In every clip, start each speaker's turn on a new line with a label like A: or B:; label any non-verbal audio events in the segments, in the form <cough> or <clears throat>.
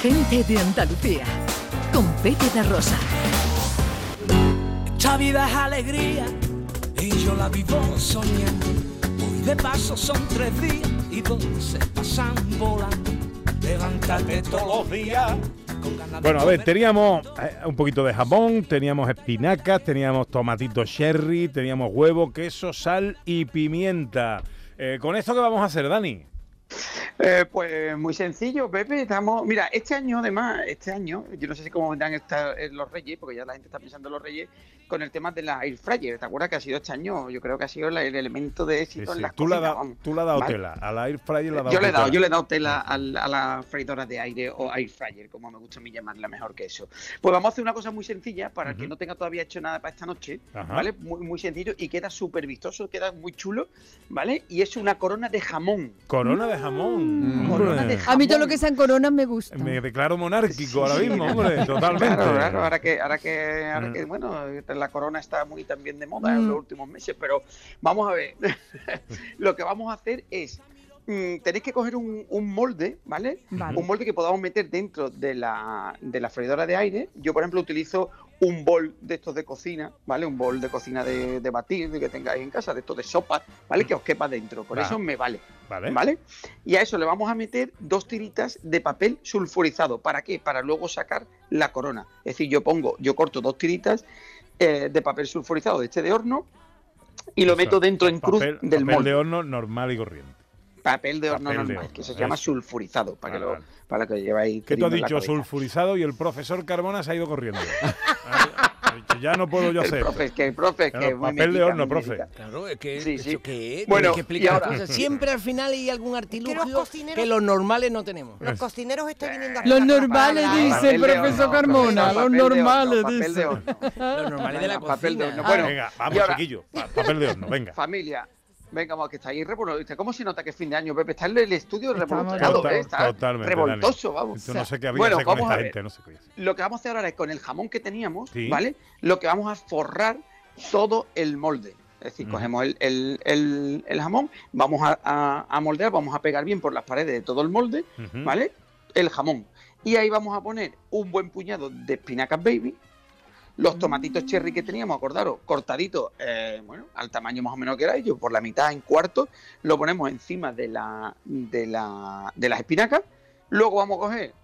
A: Gente de Andalucía, con Pepe da Rosa.
B: Esta vida es alegría y yo la vivo soñando. Hoy de paso son tres días y dos se pasan volando. Levántate todos los días. con ganas de
C: Bueno, a ver,
B: comer.
C: teníamos eh, un poquito de jamón, teníamos espinacas, teníamos tomatitos cherry, teníamos huevo, queso, sal y pimienta. Eh, ¿Con esto qué vamos a hacer, Dani?
D: Eh, pues muy sencillo, Pepe. Estamos, mira, este año además, este año, yo no sé si cómo vendrán esta- eh, los Reyes, porque ya la gente está pensando en los Reyes, con el tema de la air fryer. ¿Te acuerdas que ha sido este año? Yo creo que ha sido la- el elemento de
C: Sí,
D: éxito en
C: sí,
D: las
C: Tú le has
D: cocinas,
C: dado,
D: vamos.
C: tú le has dado
D: ¿Vale?
C: tela, a la air fryer le has dado
D: Yo le he dado,
C: tela.
D: yo le he dado tela al- a, la freidora de aire o air fryer, como me gusta a mí llamarla mejor que eso. Pues vamos a hacer una cosa muy sencilla para el que
C: Ujú.
D: no tenga todavía hecho nada para esta noche,
C: Ajá.
D: ¿vale? Muy, muy sencillo y queda súper vistoso, queda muy chulo, ¿vale? Y es una corona de jamón.
C: Corona de jamón.
E: Mm.
C: hombre.
D: Corona de jamón.
E: A mí todo lo que sean coronas me gusta.
C: Me declaro monárquico
D: Sí,
C: ahora
D: sí.
C: mismo, hombre,
D: <laughs>
C: totalmente.
D: Claro, claro, ahora que, ahora que, ahora
C: Mm.
D: que, bueno, eh, la corona está muy también de moda
E: Mm.
D: en los últimos meses, pero vamos a ver. Lo que vamos a hacer es, mm, tenéis que coger un, un molde, ¿vale?
E: Vale.
D: Un molde que podamos meter dentro de la, de la freidora de aire. Yo, por ejemplo, utilizo un bol de estos de cocina, ¿vale? Un bol de cocina de, de batir que tengáis en casa, de estos de sopa, ¿vale? Que os quepa dentro. Por
C: Va.
D: eso me vale.
C: Vale.
D: ¿Vale? Y a eso le vamos a meter dos tiritas de papel sulfurizado. ¿Para qué? Para luego sacar la corona. Es decir, yo pongo, yo corto dos tiritas eh, de papel sulfurizado de este de horno y lo
C: Eso,
D: meto dentro en cruz
C: Papel,
D: del
C: papel
D: molde.
C: de horno normal y corriente.
D: papel de horno
C: papel de
D: normal,
C: horno,
D: que se
C: eso.
D: llama sulfurizado, para,
C: Vale,
D: que lo,
C: vale.
D: para que lleváis.
C: ¿Qué tú has
D: en la
C: dicho?
D: cabeza.
C: Sulfurizado y el profesor Carbona se ha ido
D: <laughs>
C: corriendo. Ha dicho, ya no puedo yo
D: El
C: hacer. esto".
D: profe, es que el profe, es
C: Claro,
D: que muy
C: papel de
D: metica,
C: horno,
D: muy
C: profe.
D: metica.
F: Claro, es que
D: Sí,
F: eso
D: sí.
F: que es,
D: Bueno,
F: tienes que explicar
D: y ahora-
G: <laughs>
F: cosas.
C: <laughs>
F: Siempre al final hay algún artilugio
H: cocineros-
F: que los normales no tenemos.
H: Los cocineros están viniendo a
E: Los
H: arreglar la
E: normales,
H: palabra, ¿eh?
E: dice
D: Papel
E: el
D: de
E: profesor
D: horno,
E: Carmona.
D: papel
E: Los
D: de horno,
E: normales,
D: papel de
E: dice.
D: horno.
F: Los normales de la cocina.
D: Papel de horno.
F: Ah,
D: Bueno,
C: venga,
D: y
C: vamos,
D: ahora-
C: chiquillo. pa- Papel de horno, venga.
D: Familia, venga, vamos, que está ahí revolucionado. ¿Cómo se nota que es fin de año, Pepe? Está el el estudio
E: Estamos
D: revolucionado,
C: Total-
D: ¿eh? Está
C: totalmente,
D: revoltoso,
C: Dani.
D: vamos.
C: Yo no sé qué había que
D: Bueno,
C: hacer con
D: vamos a
C: esta
D: ver.
C: gente, no sé qué voy a hacer.
D: Lo que vamos a hacer ahora es con el jamón que teníamos,
C: Sí.
D: ¿vale? Lo que vamos a forrar todo el molde. Es decir,
C: Ujú.
D: cogemos el, el- el- el jamón, vamos a, a- a moldear, vamos a pegar bien por las paredes de todo el molde,
C: Ujú.
D: ¿vale? El jamón. Y ahí vamos a poner un buen puñado de espinacas baby, los tomatitos cherry que teníamos, acordaros, cortaditos, eh, bueno, al tamaño más o menos que era yo, por la mitad, en cuartos, lo ponemos encima de, la, de, la, de las espinacas. Luego vamos a coger,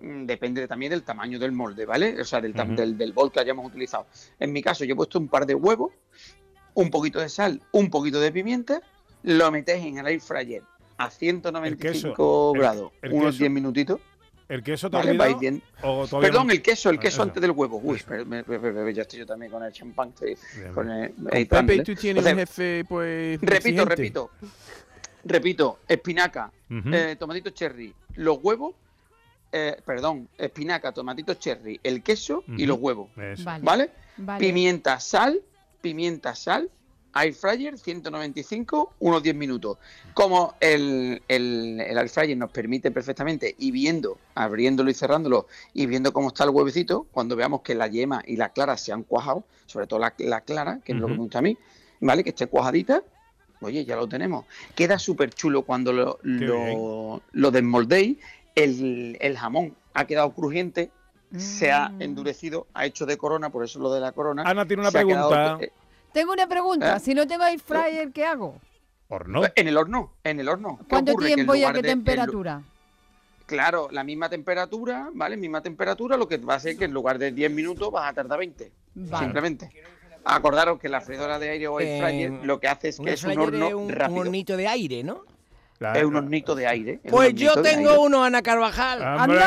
D: mm, depende también del tamaño del molde, ¿vale? O sea, del, tam-
C: Ujú.
D: del, del bol que hayamos utilizado. En mi caso, yo he puesto un par de huevos, un poquito de sal, un poquito de pimienta, lo metéis en el air fryer a 195
C: el-
D: grados,
C: el
D: unos
C: queso.
D: 10 minutitos.
C: ¿El queso te ha
D: Vale,
C: olvidado?
D: vais bien.
C: ¿O todavía
D: Perdón,
C: no?
D: el queso, el
C: Ah,
D: queso
C: eso.
D: antes del huevo. Uy,
C: Eso.
D: pero me- me- me- me- ya estoy yo también con el champán. Estoy
C: Bien,
D: con
C: bien.
D: el,
I: Pepe,
D: editándole.
I: y tú tienes
D: Entonces,
I: un jefe, pues.
D: Repito,
I: exigente.
D: repito. Repito, espinaca,
C: Ujú.
D: eh, tomatito cherry, los huevos, eh, perdón, espinaca, tomatito cherry, el queso y
C: Ujú.
D: los huevos.
C: Eso.
E: Vale.
D: ¿Vale?
E: Vale.
D: Pimienta, sal, pimienta, sal, air fryer 195, unos 10 minutos. Como el, el, el air fryer nos permite perfectamente y viendo, abriéndolo y cerrándolo y viendo cómo está el huevecito, cuando veamos que la yema y la clara se han cuajado, sobre todo la, la clara, que es lo que
C: Ujú.
D: me gusta a mí, ¿vale? Que esté cuajadita. Oye, ya lo tenemos. Queda súper chulo cuando lo, lo, lo desmoldéis. El, el jamón ha quedado crujiente, se ha
E: Mm.
D: endurecido, ha hecho de corona, por eso lo de la corona.
C: Ana tiene una
D: Se ha
C: pregunta.
D: quedado, eh,
E: Tengo una pregunta.
D: ¿Eh?
E: Si no tengo air fryer, ¿qué hago?
C: ¿Horno?
D: En el horno, en el horno. ¿Qué
E: ¿Cuánto
D: ocurre? Que en
E: tiempo y a
D: lugar
E: qué
D: de- en lu-
E: temperatura?
D: claro, la misma temperatura, ¿vale? Misma temperatura, lo que va a ser que en lugar de 10 minutos vas a tardar 20,
E: Vale.
D: simplemente. Acordaros que la freidora de aire o air
F: Eh,
D: fryer lo que hace es
F: un
D: que es un
F: air fryer
D: horno
F: es un, un
D: rápido.
F: hornito de aire, ¿no?
C: La-
D: es un hornito de aire. es un
F: Pues yo
D: hornito de
F: tengo
D: aire.
F: uno, Ana Carvajal.
C: ¡Hombre!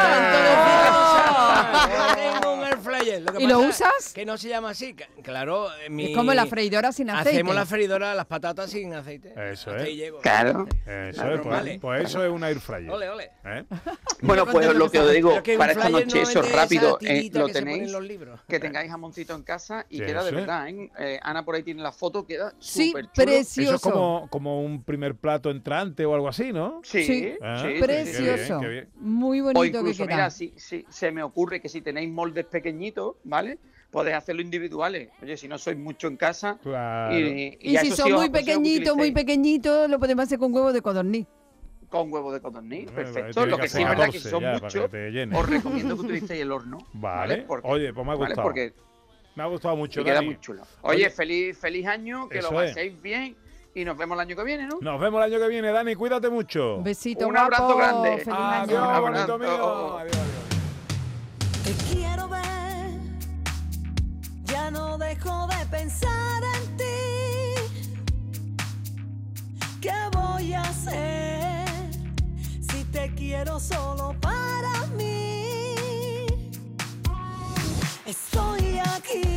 E: ¡Anda!
F: Yo tengo un air fryer. que
E: ¿Y lo
F: pasa
E: usas?
F: Que no se llama así. ca- Claro, eh, mi...
E: Es como la freidora sin aceite.
F: Hacemos la freidora, las patatas sin aceite.
C: Eso
F: Hasta
C: es.
F: ahí llego.
D: Claro.
C: Eso
F: Claro,
C: es, pues,
F: vale.
C: pues eso es un air fryer.
F: Ole, ole. <laughs>
C: ¿Eh?
D: Bueno,
E: Yo
D: pues
E: contento que
D: lo que os
E: sea.
D: digo,
F: Pero que un
D: para esta
F: flyer
D: noche
F: no
D: eso
F: vende
D: rápido,
F: esa
D: eh,
F: tirita
D: lo
F: que se pone en
D: tenéis.
F: los libros.
D: Que tengáis jamoncito en casa y
C: Sí,
D: queda de
C: sí.
D: verdad, ¿eh? Eh, Ana por ahí tiene la foto, queda
E: Sí,
D: súper chulo.
C: Eso es
E: precioso.
C: como, como un primer plato entrante o algo así, ¿no?
D: Sí,
E: Sí.
C: Ah,
D: sí, sí, sí.
E: Precioso.
C: Qué bien, qué
E: Muy
D: O
E: bonito que
D: incluso, mira,
E: queda.
D: si, si- se me ocurre que si tenéis moldes pequeñitos, ¿vale? Podéis hacerlo individuales. Oye, si no sois mucho en casa.
C: Claro.
D: Y,
E: Y
D: y eh, ya
E: si
D: eso
E: son
D: sí os
E: muy
D: aconsejo que
E: pequeñitos, muy
D: utilicéis.
E: pequeñitos, lo podemos hacer con huevo de codorniz.
D: con huevo de codorniz,
C: Eh,
D: perfecto.
C: tiene
D: Lo
C: que
D: que sí
C: hacer
D: es verdad que
C: 14
D: son
C: ya, para
D: muchos,
C: que te llene.
D: os recomiendo que utilicéis el horno.
C: <laughs> Vale. Oye, pues me ha
D: ¿vale?
C: gustado.
D: Porque
C: Me ha gustado mucho,
D: te queda
C: Dani.
D: muy chulo. Oye,
C: Oye,
D: feliz, feliz año, que lo
C: eso es.
D: paséis bien y nos vemos el año que viene, ¿no?
C: Nos vemos el año que viene, Dani. Cuídate mucho.
E: Un besito,
D: Un abrazo
E: guapo.
D: grande.
E: Feliz
C: Adiós,
E: año.
D: Un
C: bonito
D: abrazo.
C: mío. Adiós, adiós.
H: Te quiero ver, ya no dejo de pensar en ti. ¿Qué voy a hacer si te quiero solo para mí? Estoy aquí,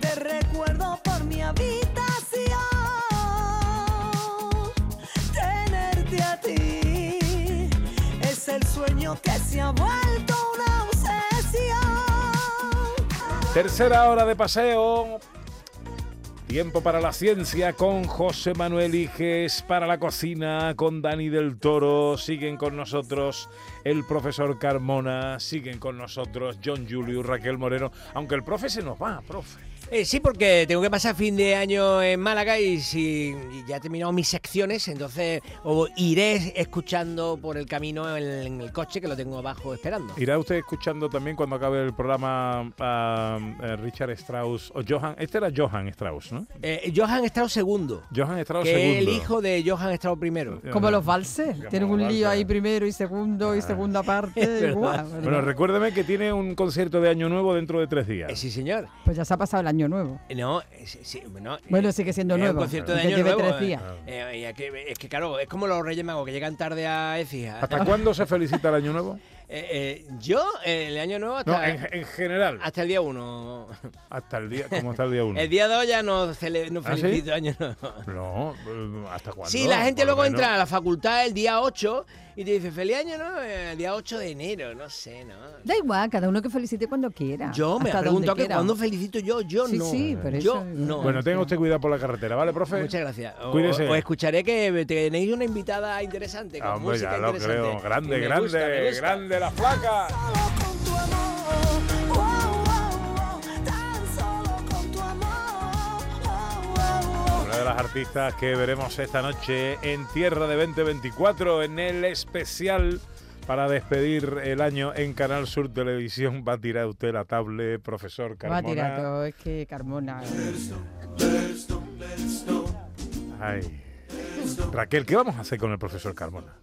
H: te recuerdo por mi habitación. Tenerte a ti es el sueño que se ha vuelto una obsesión.
C: Tercera hora de paseo. Tiempo para la ciencia con José Manuel Iges, para la cocina con Dani del Toro, siguen con nosotros el profesor Carmona, siguen con nosotros John Julius, Raquel Moreno, aunque el profe se nos va, profe.
F: Eh, sí, porque tengo que pasar fin de año en Málaga y si y ya he terminado mis secciones, entonces o iré escuchando por el camino en, en el coche que lo tengo abajo esperando.
C: ¿Irá usted escuchando también cuando acabe el programa a, a Richard Strauss o Johann? Este era Johann Strauss, ¿no?
F: Eh, Johann Strauss II,
C: Johann Strauss
F: que es el
C: II.
F: hijo de Johann Strauss I.
E: Como los valses. Tienen
C: los
E: un lío
C: valses. Ah.
E: ahí primero y segundo y segunda
C: <laughs>
E: parte. igual, ¿verdad?
C: Bueno, recuérdeme que tiene un concierto de Año Nuevo dentro de tres días.
F: Eh, sí, señor.
E: pues ya se ha pasado el año nuevo.
F: Eh, No, eh, sí, sí, no, eh,
E: Bueno, sigue siendo
F: es
E: nuevo.
F: Un concierto de
E: aunque
F: año
E: lleve
F: nuevo,
E: tres
F: eh,
E: días.
F: eh, y es, que, es que, claro, es como los Reyes Magos que llegan tarde a Écija.
C: ¿Hasta cuándo se felicita el Año Nuevo?
F: <laughs> Eh, eh, yo, eh, el año nuevo hasta,
C: No, en, en general.
F: hasta el día 1.
C: Hasta el día, ¿cómo está el día 1?
F: <laughs> El día 2 ya no, cele- no
C: ¿Ah, sí?
F: felicito año nuevo.
C: No, eh, ¿hasta cuándo?
F: Sí, la gente
C: Por lo
F: luego
C: menos.
F: entra a la facultad el día 8 y te dice, feliz año, ¿no? El día 8 de enero, no sé, ¿no?
E: Da igual, cada uno que felicite cuando quiera.
F: Yo me
E: hasta
F: ha
E: donde
F: preguntado que
E: quiera.
F: cuándo felicito yo, yo
E: Sí,
F: no.
E: sí, pero
F: yo
E: eso-
F: no.
C: Bueno, tenga usted cuidado por la carretera, ¿vale, profe?
F: Muchas gracias. O-
C: Cuídese.
F: Os escucharé que tenéis una invitada interesante, con
C: Ah, Hombre,
F: música
C: ya lo
F: interesante.
C: creo.
F: Y
C: Grande,
F: me
C: grande,
F: gusta, me gusta.
C: grande la placa.
H: Solo con tu amor, oh, oh, oh, tan solo con tu amor, oh, oh, oh.
C: Una de las artistas que veremos esta noche en Tierra de 2024, en el especial para despedir el año en Canal Sur Televisión. Va a tirar usted la tablet, profesor
E: Va a tirar
C: Carmona.
E: todo, es que Carmona.
C: Ay. Raquel, ¿qué vamos a hacer con el profesor Carmona?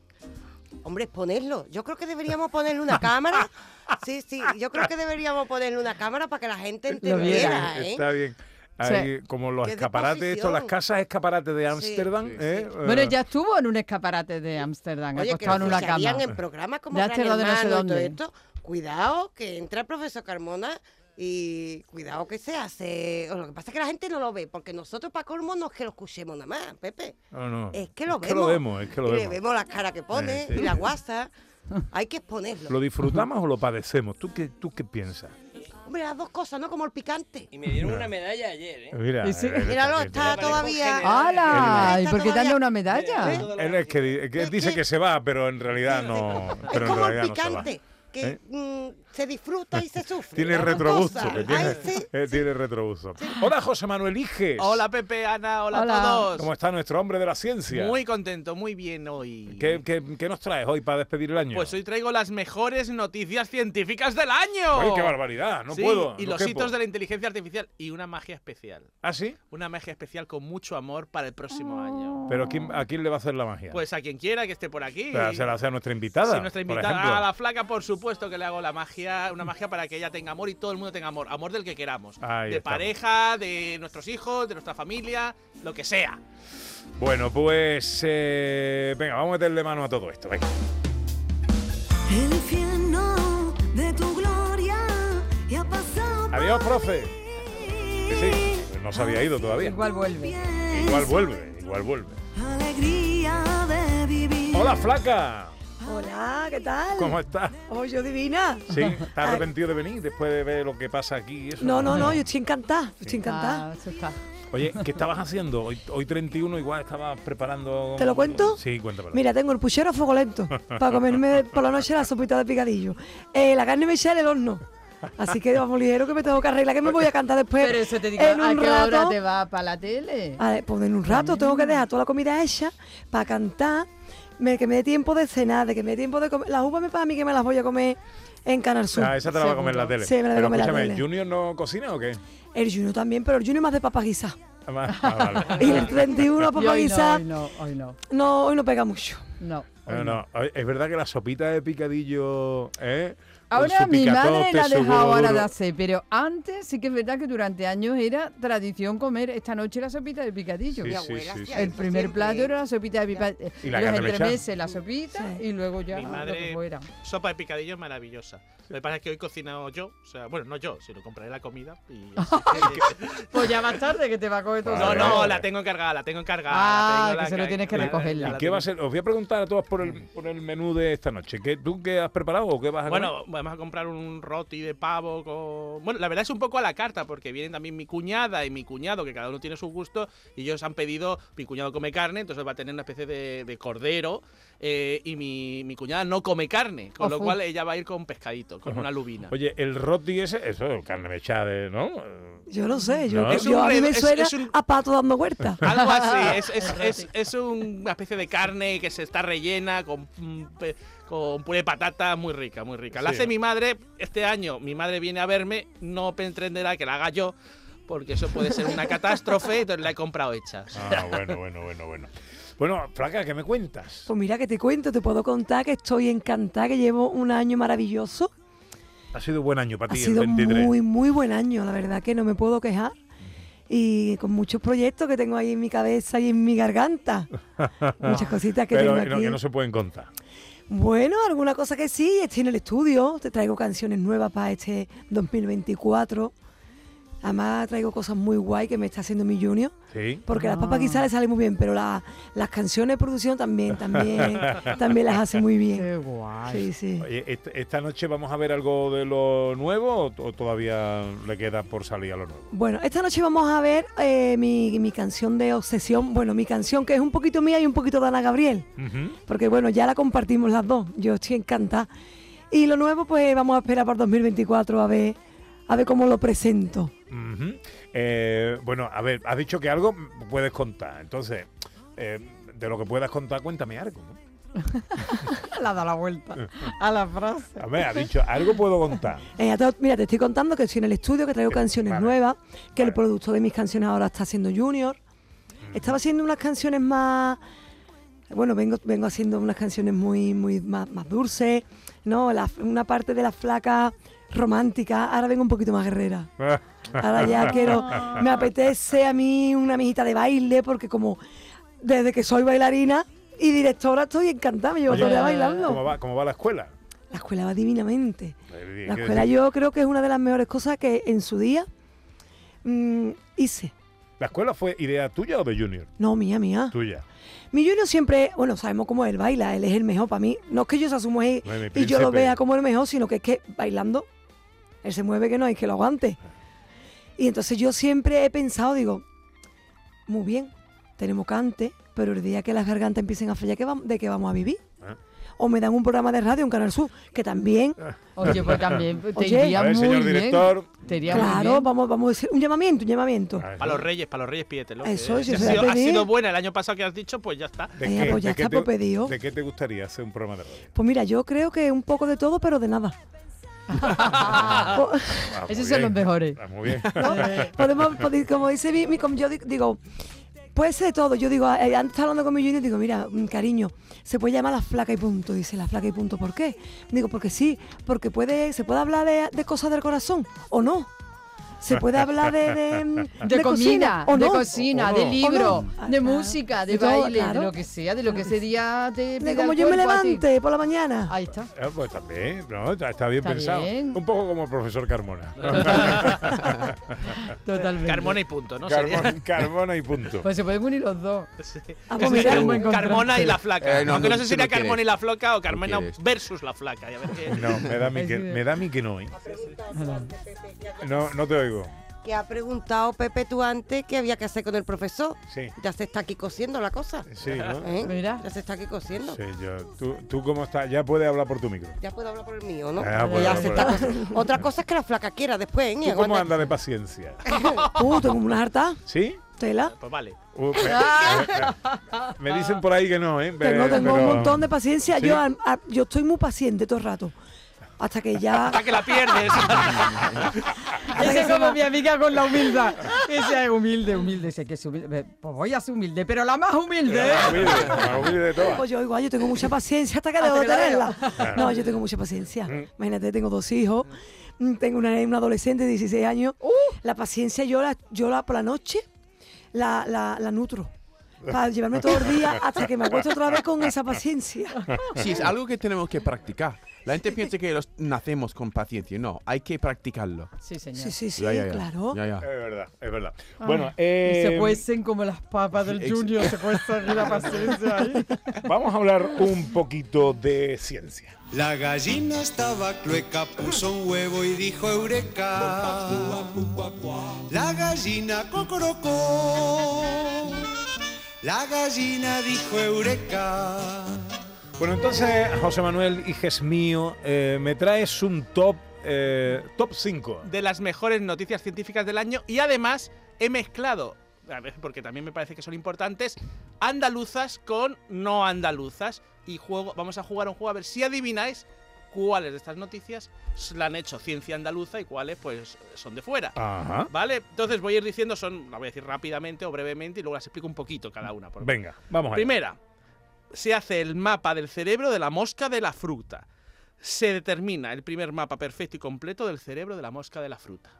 I: Hombre, ponerlo. Yo creo que deberíamos ponerle una cámara. Sí, sí, yo creo que deberíamos ponerle una cámara para que la gente
E: Lo viera.
I: entendiera, ¿eh?
C: Está bien.
E: Sí.
C: Ahí, como los
I: Qué
C: escaparates, estos,
I: disposición.
C: las casas escaparates de Ámsterdam.
I: sí,
C: ¿eh?
E: Bueno,
C: Eh,
E: ya estuvo en un escaparate de Ámsterdam,
I: Oye, que
E: acostado en
I: lo
E: una
I: escucharían
E: cama.
I: en programas como
E: De
I: Gran
E: Ámsterdam de no sé
I: Hermano y todo
E: dónde.
I: esto. Cuidado, que entra el profesor Carmona y cuidado que se hace. o Lo que pasa es que la gente no lo ve, porque nosotros para colmo no es que lo escuchemos nada más, Pepe.
C: no, no.
I: Es que lo vemos.
C: vemos, es que lo
I: y le
C: vemos.
I: vemos la cara que pone
C: sí.
I: y la guasa. Hay que exponerlo.
C: ¿Lo disfrutamos o lo padecemos? ¿Tú qué, tú qué piensas?
I: Hombre, las dos cosas, ¿no? Como el picante.
F: Y me dieron una medalla ayer, ¿eh?
C: Mira,
E: Y sí.
C: él está
I: Míralo,
C: haciendo-
I: está todavía.
E: ¡Hala!
I: El-
E: ¿Y por qué te han dado una
F: Eh,
E: medalla?
F: todo-
C: Él es que, di- que
I: Es
C: dice
I: que-
C: que se va, pero en realidad no. Pero
I: es
C: en
I: como
C: realidad
I: el
C: no se va.
I: picante, que
C: ¿Eh?
I: mm, se disfruta
C: <laughs>
I: y se sufre.
C: Tiene
I: las dos
C: retrogusto.
I: cosas.
C: que tiene, <laughs>
I: Ay, sí.
C: eh, tiene retrogusto. Hola, José Manuel Iges.
J: Hola Pepe, Ana, hola,
E: Hola.
J: a todos.
C: ¿Cómo está nuestro hombre de la ciencia?
J: Muy contento, muy bien hoy.
C: ¿Qué, qué, qué nos traes hoy para despedir el año?
J: Pues hoy traigo las mejores noticias científicas del año.
C: Ay, qué barbaridad! No
J: Sí,
C: puedo.
J: Y
C: no
J: los
C: quepo.
J: hitos de la inteligencia artificial y una magia especial.
C: ¿Ah, sí?
J: Una magia especial con mucho amor para el próximo año.
C: ¿Pero quién- a quién le va a hacer la magia?
J: Pues a quien quiera que esté por aquí.
C: Pero se la hace a nuestra invitada.
J: Sí, nuestra
C: por
J: invitada
C: ejemplo.
J: a la flaca, por supuesto que le hago la magia, una magia para que ella tenga amor y todo el mundo tenga amor, amor del que queramos,
C: Ahí
J: de
C: estamos.
J: pareja, de nuestros hijos, de nuestra familia, lo que sea.
C: Bueno, pues eh, venga, vamos a meterle mano a todo esto. venga.
H: El infierno de tu gloria ya ha pasado.
C: Adiós,
H: por
C: profe.
H: mí.
C: Que sí, no se había ido todavía.
E: Igual vuelve.
H: Bien,
C: Igual vuelve, igual vuelve.
H: Alegría de vivir.
C: Hola, flaca.
K: Hola, ¿qué tal?
C: ¿Cómo estás?
K: Oh, yo divina.
C: Sí, ¿estás arrepentido de venir después de ver lo que pasa aquí? y eso?
K: No, no, no, yo estoy encantada, yo estoy encantada.
E: Ah, eso está.
C: Oye, ¿qué estabas haciendo? Hoy, hoy 31 igual estabas preparando...
K: ¿Te lo cuento?
C: Sí, cuéntamelo.
K: Mira, tengo el puchero a fuego lento para comerme por la noche la sopita de picadillo. Eh, la carne me echa en el horno. Así que vamos ligero que me tengo que arreglar, que me voy a cantar después.
E: Pero eso te digo,
K: en
E: ¿a
K: un
E: qué
K: rato.
E: hora te va para la tele?
K: A ver, pues en un rato tengo que dejar toda la comida hecha para cantar. me, que me dé tiempo de cenar, de que me dé tiempo de comer. Las uvas me para a mí que me las voy a comer en Canal Sur.
C: Ah, esa te la va a comer la tele.
K: Sí, me la voy a
C: Pero
K: comer en la
C: escúchame,
K: tele.
C: ¿Junior no cocina o qué?
K: El Juno también, pero el Juno es más de papas guisas.
C: Ah, va- ah,
K: <laughs>
C: vale.
K: Y el 31
E: Y
K: papas
E: hoy no,
K: guisas.
E: hoy no, hoy no.
K: No, hoy no pega mucho.
E: No.
C: No, no, Es verdad que la sopita de picadillo, ¿eh? Con
E: Ahora
C: su
E: mi madre
C: picatote,
E: la ha
C: su
E: dejado
C: huevo
E: ahora de
C: duro.
E: hacer, pero antes sí que es verdad que durante años era tradición comer esta noche la sopita de picadillo.
C: Sí, Mi sí, abuela sí, hacía sí.
E: El
C: eso
E: primer plato era la sopita de picadillo.
C: Y la
E: los
C: carne mechada.
E: entremeses, la sopita y luego ya
J: Mi
E: lo que
J: madre,
E: fuera.
J: sopa de picadillo es maravillosa. Lo que pasa es que hoy cocinado yo, o sea, bueno, no yo, sino compraré la comida y...
E: <laughs>
C: <laughs>
E: Pues ya más tarde que te va a comer todo.
J: No,
C: Vale,
J: no,
C: vale.
J: la tengo encargada, la tengo encargada.
E: Ah,
J: tengo
E: que
J: la
E: se lo tienes que
J: encargada,
E: recogerla.
J: la
C: ¿Y qué va a ser? Os voy a preguntar a todos por el, por el menú de esta noche. ¿Qué, ¿Tú qué has preparado o qué vas a comer?
J: Bueno, vamos a comprar un roti de pavo con... Bueno, la verdad es un poco a la carta, porque vienen también mi cuñada y mi cuñado, que cada uno tiene su gusto, y ellos han pedido, mi cuñado come carne, entonces va a tener una especie de, de cordero, eh, y mi, mi cuñada no come carne, con lo
E: Ojo.
J: cual ella va a ir con pescadito, con una lubina.
C: Oye, el roti ese, eso es carne mechada, de- ¿no? Eh,
K: Yo no sé, yo,
C: No.
J: Es
K: yo-
J: un
K: a mí
J: red-
K: me
J: es-
K: suena
J: es un-
K: a pato dando vueltas.
J: <laughs> Algo así,
K: <laughs>
J: es, es- es- es una especie de carne que se está rellena con, mm, pe- con puré de patata, muy rica, muy rica. La
C: Sí,
J: hace
C: ¿no?
J: mi madre este año, mi madre viene a verme, no entenderá que la haga yo, porque eso puede ser <laughs> una catástrofe, entonces la he comprado hecha.
C: Ah,
J: <laughs>
C: bueno, bueno, bueno, bueno. Bueno, Flaca, ¿qué me cuentas?
K: Pues mira que te cuento, te puedo contar que estoy encantada, que llevo un año maravilloso.
C: Ha sido buen año para
K: Ha
C: ti,
K: sido
C: el 23.
K: muy, muy buen año, la verdad que no me puedo quejar. Y con muchos proyectos que tengo ahí en mi cabeza y en
J: <laughs>
K: mi garganta.
C: <laughs>
K: Muchas cositas que
C: Pero
K: tengo aquí.
C: no, que no se pueden contar.
K: Bueno, alguna cosa que sí, estoy en el estudio, te traigo canciones nuevas para este 2024. Además traigo cosas muy guay que me está haciendo mi junior.
C: Sí.
K: Porque las
E: Ah.
K: papas quizás le salen muy bien, pero la- las canciones de producción también, también, también las hace muy bien.
E: Qué guay.
K: Sí, sí.
C: Oye, est- ¿Esta noche vamos a ver algo de lo nuevo o, t- o todavía le queda por salir a lo nuevo?
K: Bueno, esta noche vamos a ver eh, mi, mi canción de obsesión. Bueno, mi canción que es un poquito mía y un poquito de Ana Gabriel.
C: Ujú.
K: Porque bueno, ya la compartimos las dos. Yo estoy encantada. Y lo nuevo, pues vamos a esperar para 2024 a ver, a ver cómo lo presento.
C: Ujú. Eh, bueno, a ver, has dicho que algo puedes contar. Entonces, eh, de lo que puedas contar, cuéntame algo. ¿no?
E: La da la vuelta a la frase.
C: A ver, has dicho, algo puedo contar.
K: Eh, ya te- mira, te estoy contando que estoy en el estudio, que traigo
C: Eh,
K: canciones
C: vale,
K: nuevas, que
C: vale. Mm.
K: el producto de mis canciones ahora está haciendo Junior. Estaba haciendo unas canciones más. Bueno, vengo, vengo haciendo unas canciones muy, muy más, más dulces, ¿no? La- una parte de la flaca romántica. Ahora vengo un poquito más guerrera. Ahora ya quiero. Me apetece a mí una mijita de baile, porque como desde que soy bailarina y directora estoy encantada, me llevo
C: Oye, eh,
K: todo el día
C: ¿Cómo
K: bailando.
C: va, cómo va la escuela?
K: La escuela va divinamente.
C: Eh,
K: La
C: ¿qué
K: escuela
C: decir?
K: yo creo que es una de las mejores cosas que en su día mm, hice.
C: ¿La escuela fue idea tuya o de Junior?
K: No, mía, mía.
C: Tuya.
K: Mi Junior siempre, bueno, sabemos cómo él baila, él es el mejor para mí. No es que yo se asumo ahí
C: Bueno, mi
K: y yo lo
C: príncipe.
K: vea como el mejor, sino que es que bailando, él se mueve que no hay que lo aguante. Y entonces yo siempre he pensado, digo, muy bien, tenemos cante, pero el día que las gargantas empiecen a fallar, ¿qué vam- ¿de qué vamos a vivir?
C: Ah.
K: O me dan un programa de radio, un canal sur, que también
E: <laughs> Oye, pues también te
K: Oye.
E: iría
C: A ver,
E: muy
C: señor
E: bien.
C: director.
E: Te iría muy
K: Claro,
E: bien.
K: vamos, vamos a decir un llamamiento, un llamamiento.
C: Ah,
J: Para los reyes, para los reyes pídetelo. que
K: Eso,
J: si
K: si
J: ha,
K: se va a
J: sido, ha
K: pedir.
J: sido buena el año pasado que has dicho, pues ya está.
C: ¿De
K: Venga,
C: qué-
K: pues ya
C: de qué
K: está,
C: te-
K: pues pedido.
C: ¿De qué te gustaría hacer un programa de radio?
K: Pues mira, yo creo que un poco de todo, pero
E: <laughs>
K: de nada. Po-
C: Ah, muy
E: Esos son
C: bien.
E: los mejores.
C: Ah, muy bien.
K: Podemos, podi- como dice mi, mi- como yo di- digo, puede ser de todo. Yo digo, eh, antes estaba hablando con mi junior, digo, mira, mm, cariño, se puede llamar la flaca y punto. Dice, la flaca y punto, ¿por qué? Digo, porque sí, porque puede, se puede hablar de, de cosas del corazón, o no. Se puede hablar de, de, mm,
C: <laughs>
E: De,
K: de
E: comida,
K: cocina, o
E: de
K: no.
E: cocina,
C: ¿O
E: de
C: no?
E: libro,
K: ¿O no?
E: de
K: Ah,
E: música, de
K: de todo,
E: baile,
K: claro.
E: de lo que sea, de lo que ese día te pida
K: De
E: el
K: como yo me
E: cuerpo a ti.
K: levante por la mañana.
E: Ahí está.
C: Ah, pues también, ¿no? Está está bien
E: Está
C: pensado.
E: bien.
C: Un poco como el
K: <laughs>
C: profesor Carmona.
E: <laughs> Totalmente.
J: Carmona y punto, ¿no? Sería-
C: Carmona, <laughs> Carmona y punto.
E: Pues se pueden unir los dos.
K: Ah, pues
J: Ese
K: mira,
J: sería
E: un buen
J: Carmona
E: contraste.
J: y la flaca.
L: Eh, no,
J: Aunque no,
L: no,
J: sé si
L: tú no
J: era Carmona
L: quieres.
J: y la flaca o Carmona
L: quieres.
J: versus la flaca. Ya ves que-
C: No, me da
J: <laughs>
C: a mí que, me da a mí que no, ¿eh? No, no te oigo.
I: Que ha preguntado Pepe tú antes qué había que hacer con el profesor.
C: Sí,
I: Ya se está aquí cosiendo la cosa.
C: sí, ¿no?
I: ¿eh?
E: Mira.
I: Ya se está aquí cosiendo.
C: Sí, yo. ¿Tú, tú cómo estás? Ya puedes hablar por tu micro.
I: Ya puedo hablar por el mío, ¿no?
C: Ya puedo
I: Ya
C: hablar
I: se
C: por
I: está
C: el-
I: cosiendo. Otra cosa es que la flaca quiera después, ¿eh?
C: Ah, ¿Tú cómo
I: Aguanta. <laughs>
C: andas de paciencia?
K: Uh, tengo una harta
C: ¿Sí?
K: tela.
J: Pues vale.
C: Uh,
I: <laughs>
C: me- me, me dicen por ahí que no, ¿eh?
K: Tengo,
C: Pero-
K: tengo un montón de paciencia.
C: Sí.
K: Yo, am- a- yo estoy muy paciente todo el rato. Hasta que ya.
C: <laughs>
J: Hasta que la <laughs> pierdes.
E: Esa es como mi amiga con la humildad. Esa es humilde, humilde. Sé que es humilde. Ve, Pues voy a ser humilde, pero la más humilde. ¿eh?
K: Pues yo igual, yo tengo mucha paciencia hasta que
E: Hasta
K: debo
E: que la
K: tenerla.
C: <laughs>
E: veo.
K: No, yo tengo mucha paciencia.
C: Mm.
K: Imagínate, tengo dos hijos, mm, tengo una, una adolescente de 16 años. La paciencia yo la, yo la por la noche la, la, la nutro. Para llevarme todo el día hasta que me acuesto otra vez con esa paciencia.
L: <laughs> Sí, es algo que tenemos que practicar. La gente piensa que los nacemos con paciencia. No, hay que practicarlo.
E: Sí, señor.
K: Sí, sí, sí,
L: Ya, ya, ya.
K: claro.
L: Ya, ya.
C: Es verdad, es verdad.
E: Ay,
C: Bueno,
E: y se
C: eh,
E: cuecen como las papas del
C: ex-
E: Junior,
C: <laughs>
E: se cuecen y la paciencia ahí.
C: vamos a hablar un poquito de ciencia.
M: La gallina estaba clueca, puso un huevo y dijo eureka. La gallina cocorocó. La gallina dijo eureka.
C: Bueno, entonces, José Manuel, hijes mío, eh, me traes un top eh, top 5.
J: de las mejores noticias científicas del año y además he mezclado, a ver, porque también me parece que son importantes, andaluzas con no andaluzas y juego, vamos a jugar un juego a ver si adivináis cuáles de estas noticias s- la han hecho ciencia andaluza y cuáles pues son de fuera.
C: Ajá.
J: ¿Vale? Entonces voy a ir diciendo, son, la voy a decir rápidamente o brevemente y luego las explico un poquito cada una. por-
C: Venga, vamos a
J: Primera, se hace el mapa del cerebro de la mosca de la fruta. Se determina el primer mapa perfecto y completo del cerebro de la mosca de la fruta.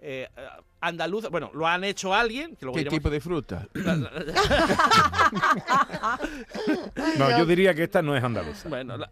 J: Eh, eh, andaluz, bueno, lo han hecho alguien. Que luego
L: ¿Qué
J: diremos-
L: tipo de <laughs> fruta?
C: <clears throat> No, yo diría que esta no es andaluza.
J: <laughs> Bueno, la-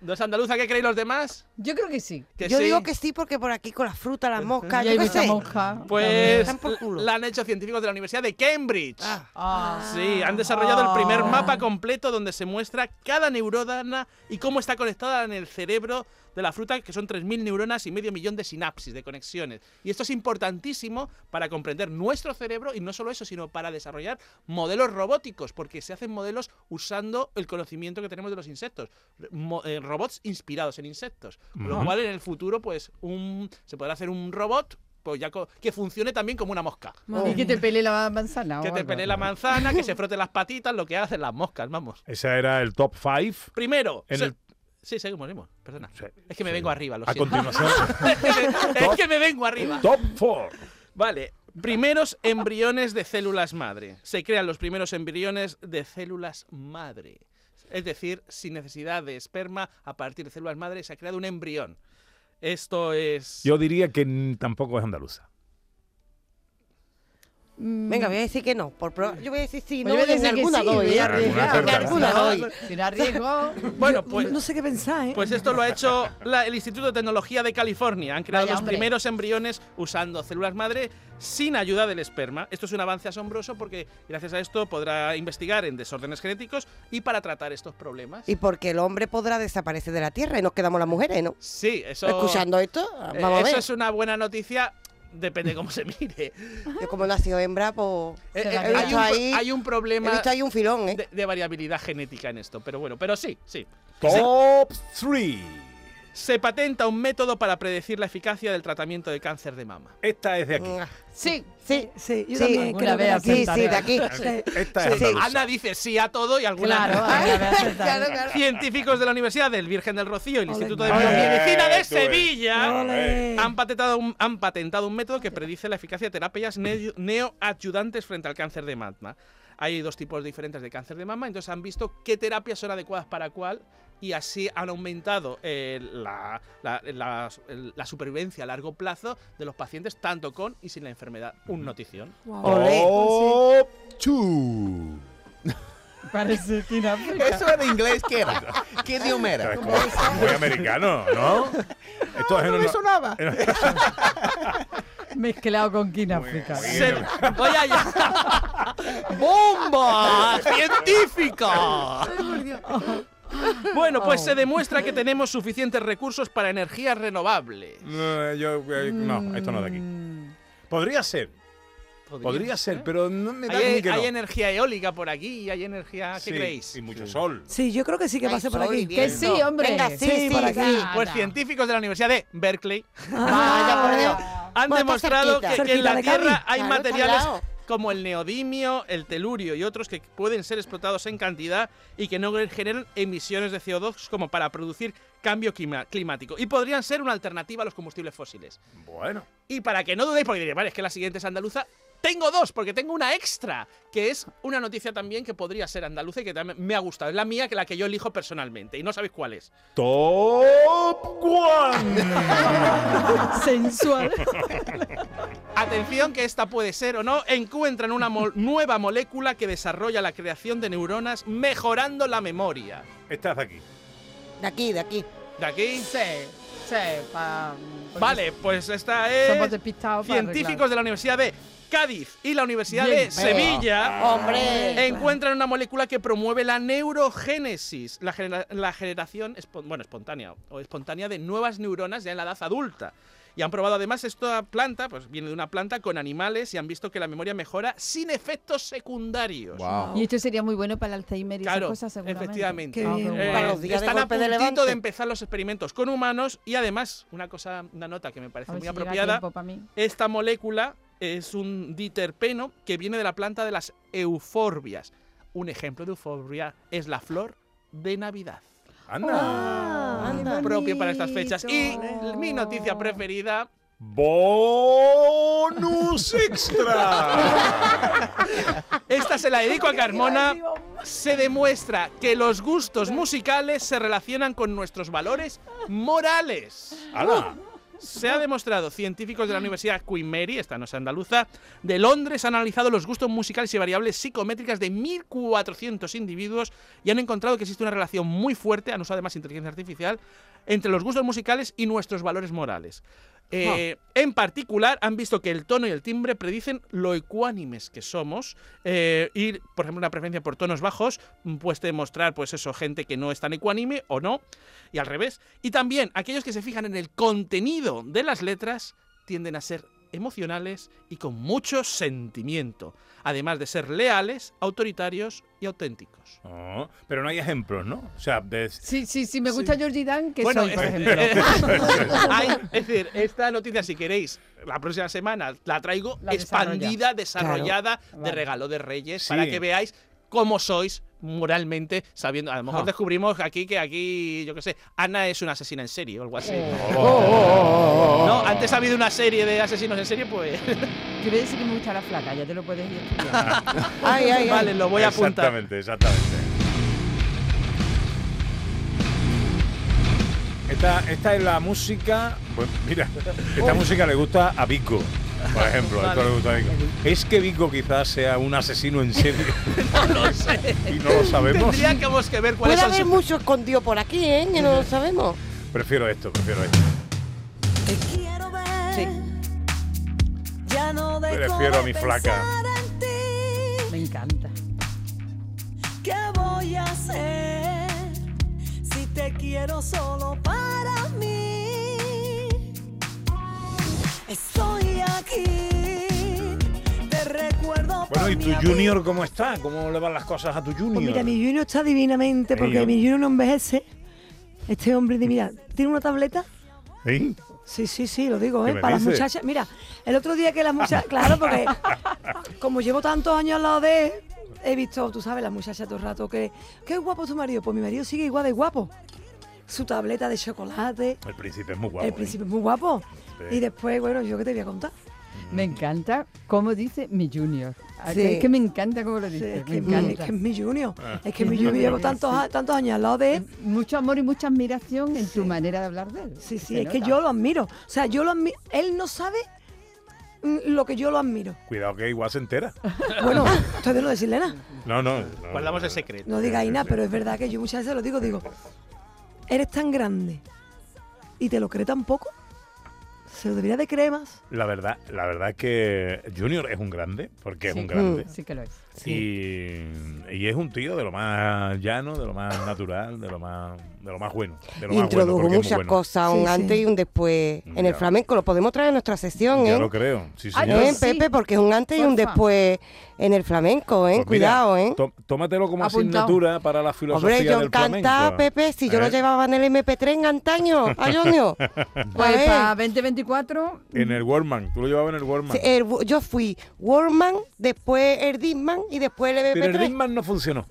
J: ¿no es andaluza? ¿Qué creéis los demás?
E: Yo creo que sí.
I: Yo digo que sí porque por aquí con la fruta, la mosca,
E: Y
I: yo
E: hay
I: qué
E: mucha
I: sé.
E: mosca.
J: Pues
I: Están por culo.
J: la han hecho científicos de la Universidad de Cambridge.
E: Ah.
J: Sí, han desarrollado el primer
E: Ah.
J: mapa completo donde se muestra cada neurona y cómo está conectada en el cerebro de la fruta, que son 3.000 neuronas y medio millón de sinapsis, de conexiones. Y esto es importantísimo para comprender nuestro cerebro y no solo eso, sino para desarrollar modelos robóticos, porque se hacen modelos usando el conocimiento que tenemos de los insectos. Re- mo- eh, robots inspirados en insectos. Con lo
C: Ujú.
J: cual en el futuro pues un, se podrá hacer un robot pues, ya co- que funcione también como una mosca.
E: Y que te pele la manzana. o
J: Que te
E: algo.
J: pele la manzana, que se frote las patitas, lo que hacen las moscas, vamos.
C: Ese era el top 5.
J: Primero.
C: En
J: se-
C: el-
J: Sí, seguimos, seguimos, perdona. es que me vengo arriba, lo
C: A
J: siento.
C: continuación.
J: <laughs> es, que me,
C: <laughs>
J: es que me vengo arriba.
C: Top 4.
J: Vale, primeros embriones de células madre. Se crean los primeros embriones de células madre. Es decir, sin necesidad de esperma, a partir de células madre se ha creado un embrión. Esto es...
C: Yo diría que n- tampoco es andaluza.
I: Venga, voy a decir que no. Por pro- Yo voy a decir sí,
E: Mm. Pues
I: no,
E: yo voy a
I: en
E: decir que
I: alguna
E: sí,
I: doy.
E: voy a
I: ¿eh?
E: arriesgar,
I: En alguna doy.
E: Si no
C: <laughs>
E: arriesgo.
J: Bueno, pues...
K: No sé qué pensar, ¿eh?
J: Pues esto lo ha hecho la- el Instituto de Tecnología de California. Han creado
E: Vaya,
J: los
E: hombre.
J: primeros embriones usando células madre sin ayuda del esperma. Esto es un avance asombroso porque gracias a esto podrá investigar en desórdenes genéticos y para tratar estos problemas.
I: Y porque el hombre podrá desaparecer de la tierra y nos quedamos las mujeres, ¿no?
J: Sí, eso.
I: Escuchando esto,
J: eh,
I: vamos a
J: Eso
I: ver.
J: es una buena noticia. Depende de cómo se mire.
I: <laughs>
J: Eh,
I: Yo como nació hembra, pues.
J: eh,
I: he
J: hay, un,
I: visto
J: pro-
I: ahí,
J: hay un
I: he
J: problema
I: visto ahí un filón, ¿eh?
J: de, de variabilidad genética en esto, pero bueno, pero sí, sí.
C: Top 3.
J: Se patenta un método para predecir la eficacia del tratamiento de cáncer de mama.
C: Esta es de aquí.
E: Sí.
I: Sí,
K: Sí, yo
I: Sí,
K: también
E: alguna
K: creo que
E: vez
K: aquí.
I: sí, sí, de aquí.
J: <laughs>
K: Sí.
C: Esta es
I: Sí, sí.
C: andaluza.
J: Ana dice sí a todo y alguna
E: Claro,
J: no.
E: ahora voy a aceptar.
I: Claro, claro.
J: Científicos de la Universidad del Virgen del Rocío y el
K: Ole.
J: Instituto de
K: Ole,
J: Medicina de
C: tú ves.
J: Sevilla
K: Ole.
J: han patentado, un, han patentado un método que predice la eficacia de terapias ne- neoayudantes frente al cáncer de mama. Hay dos tipos diferentes de cáncer de mama, entonces han visto qué terapias son adecuadas para cuál y así han aumentado eh, la, la- la- el- la supervivencia a largo plazo de los pacientes tanto con y sin la enfermedad. Un notición. Oh,
K: Wow.
I: Olé.
C: Top 2.
E: Parece que en África.
L: ¿Eso era inglés? ¿Qué era? ¿Qué idioma era?
C: Muy americano, <laughs> ¿no? Esto es en honor-
L: sonaba?
E: Mezclado con Kináfrica.
J: Se- voy allá.
C: <laughs>
J: ¡Bomba
C: Ah.
J: científica! Bueno,
C: Oh.
J: pues se demuestra que tenemos suficientes recursos para energías renovables.
C: No, yo, eh, no, esto no es de aquí. Podría ser, podría ser, pero no me da
J: Hay,
C: ni que
J: hay
C: no.
J: energía eólica por aquí y hay energía, ¿qué
C: Sí,
J: creéis?
C: Y mucho sol.
K: Sí, yo creo que sí que
I: Ay,
K: pase por
I: soy
K: aquí.
I: bien.
E: Que sí, hombre.
I: Venga, sí,
K: Sí,
I: sí,
K: por
I: sí.
K: aquí. Ah.
J: Pues científicos de la Universidad de Berkeley
I: Vaya, por Dios.
J: han
I: Bueno, está
J: demostrado que,
I: cerquita.
J: que en
K: Cerquita
J: la
K: de
J: Tierra
K: Cádiz.
J: hay
I: Claro, está al
J: materiales
I: lado.
J: como el neodimio, el telurio y otros que pueden ser explotados en cantidad y que no generan emisiones de CO2 como para producir cambio clima- climático. Y podrían ser una alternativa a los combustibles fósiles.
C: Bueno.
J: Y para que no dudéis, porque diréis, vale, es que la siguiente es andaluza. Tengo dos, porque tengo una extra, que es una noticia también que podría ser andaluza y que también me ha gustado. Es la mía, que la que yo elijo personalmente, y no sabéis cuál es.
C: Top One.
E: <laughs> Sensual.
C: <laughs>
J: Atención que esta puede ser o no, encuentran una mol- nueva molécula que desarrolla la creación de neuronas mejorando la memoria.
C: Estás aquí.
I: De aquí, de aquí.
J: ¿De aquí?
E: Sí, sí, pa-
J: Vale, pues esta
E: Somos
J: es
E: despistados para
J: científicos de la Universidad de Cádiz y la Universidad
E: Bien.
J: de Sevilla
E: Venga. Hombre.
J: encuentran una molécula que promueve la neurogénesis, la, genera- la generación espon- bueno, espontánea o espontánea de nuevas neuronas ya en la edad adulta. Y han probado además esta planta, pues viene de una planta con animales y han visto que la memoria mejora sin efectos secundarios.
N: Y esto sería muy bueno para el Alzheimer y
J: Claro,
N: esas cosas, seguramente.
J: efectivamente.
N: Eh,
J: Eh, están a
N: golpe de
J: puntito
N: levante.
J: de empezar los experimentos con humanos y además, una cosa, una nota que me parece
N: A ver
J: muy
N: si llega a
J: apropiada,
N: tiempo pa' mí.
J: esta molécula es un diterpeno que viene de la planta de las euforbias. Un ejemplo de euforbia es la flor de Navidad.
C: Anda.
J: propio para estas fechas. Y mi noticia preferida
C: Bonus extra.
J: Esta se la dedico a Carmona. Se demuestra que los gustos musicales se relacionan con nuestros valores morales.
C: ¡Hala!
J: Se ha demostrado, científicos de la Universidad Queen Mary, esta no es andaluza, de Londres han analizado los gustos musicales y variables psicométricas de 1.400 individuos y han encontrado que existe una relación muy fuerte, han usado además inteligencia artificial, entre los gustos musicales y nuestros valores morales. Eh, En particular, han visto que el tono y el timbre predicen lo ecuánimes que somos. eh, y, por ejemplo, una preferencia por tonos bajos mm, pues puede mostrar, pues eso, gente que no es tan ecuánime o no. Y al revés. Y también, aquellos que se fijan en el contenido de las letras tienden a ser emocionales y con mucho sentimiento. Además de ser leales, autoritarios y auténticos.
C: Oh, pero no hay ejemplos, ¿no? O sea, de-
N: Sí, sí, sí, me gusta Georgie Dan, que soy, por
J: <laughs> es-
N: ejemplo. <laughs>
E: <laughs>
J: Hay- es decir, esta noticia, si queréis, la próxima semana la traigo
N: La desarrolla.
J: expandida, desarrollada, de
N: Vale.
J: regalo de Reyes,
N: Sí.
J: para que veáis cómo sois moralmente, sabiendo. A lo mejor
N: Ah.
J: descubrimos aquí que aquí, yo qué sé, Ana es una asesina en serie o algo así. <laughs> No, antes ha habido una serie de asesinos en serie, pues.
N: Yo voy a decir que me gusta la flaca, ya te lo puedes ir
C: <laughs>
N: estudiando.
J: Ay, ay, ay. Vale, lo voy a apuntar.
C: Exactamente, exactamente. Esta, esta es la música. Pues mira, esta música le gusta a Vico, por ejemplo. esto
J: Vale.
C: le gusta a Vico. Es que Vico quizás sea un asesino en serie.
J: no lo sé.
C: Y no
J: <laughs>
C: lo sabemos.
J: Tendríamos que ver cuáles
I: Puede
J: son
I: haber
J: sus-
I: mucho escondido por aquí, ¿eh? Que no lo sabemos.
C: Prefiero esto, prefiero esto.
H: Ya no dejo
C: Prefiero a
H: de
C: mi flaca.
H: pensar en ti.
N: Me encanta.
H: ¿Qué voy a hacer si te quiero solo para mí? Estoy aquí, te recuerdo.
C: Bueno, ¿y
H: por
C: tu
H: mi
C: Junior cómo está? ¿Cómo le van las cosas a tu Junior?
K: Pues mira, mi Junior está divinamente porque
C: Niño.
K: mi Junior no envejece. Este hombre de, mira, tiene una tableta.
C: ¿Sí?
K: Sí, sí, sí, lo digo,
C: ¿Qué
K: ¿eh?
C: me
K: Para las
C: dices?
K: muchachas. Mira, el otro día que las muchachas. Claro,
C: <laughs>
K: porque como llevo tantos años al lado de él, he visto, tú sabes, las muchachas todo el rato que. ¡Qué guapo es tu marido! Pues mi marido sigue igual de guapo. Su tableta de chocolate.
C: El príncipe es muy guapo.
K: el
C: ¿eh?
K: príncipe es muy guapo.
C: Sí.
K: Y después, bueno, yo qué te voy a contar.
N: Me encanta cómo dice mi junior. Ah,
K: Sí.
N: Es que me encanta cómo lo dice.
K: es,
N: me
K: que es mi-
N: encanta.
K: es que es mi Junior.
N: Ah.
K: Es que mi Junior llevo tantos, a- tantos años al lado de él.
N: Eh, Mucho amor y mucha admiración en tu manera de hablar de él.
K: Sí, sí, es que yo lo admiro. O sea, yo lo admiro. Él no sabe mm, lo que yo lo admiro.
C: Cuidado que igual se entera.
N: <laughs>
K: Bueno, estoy de no decirle nada.
C: No, no. no.
J: Guardamos el secreto.
K: No digáis nada, pero es verdad que yo muchas veces lo digo, digo, eres tan grande y te lo cree tan poco. Se lo debería de creer más.
C: La verdad, la verdad es que Junior es un grande, porque es un
I: Mm,
C: grande.
N: Sí que lo es.
C: Y, y es un tío de lo más llano, de lo más natural, de lo más de lo más bueno. De lo más bueno,
I: Introdujo
C: porque es muy
I: muchas
C: bueno. Pues
I: cosas, un antes y un después en el flamenco. Lo podemos traer en nuestra sección,
C: Ya
I: ¿eh?
C: lo creo. Sí,
I: Ah,
C: señor.
I: ¿eh, Pepe, porque es un antes y un después en el flamenco, ¿eh?
C: Pues mira,
I: Cuidado, ¿eh?
C: tó- tómatelo como
I: Apuntado.
C: asignatura para la filosofía
I: Hombre, yo
C: del flamenco.
I: encantaba, Pepe, si yo lo
C: ¿Eh? <laughs>
I: llevaba en el MP3 en antaño, a Jonio.
N: Pues
I: ver.
N: para 2024,
C: en el Wallman. Tú lo llevabas en el Wallman.
I: Sí, eh, el wo- yo fui Warman, después el Disman y después el
C: Pero el
I: MP3.
C: Ritman no funcionó.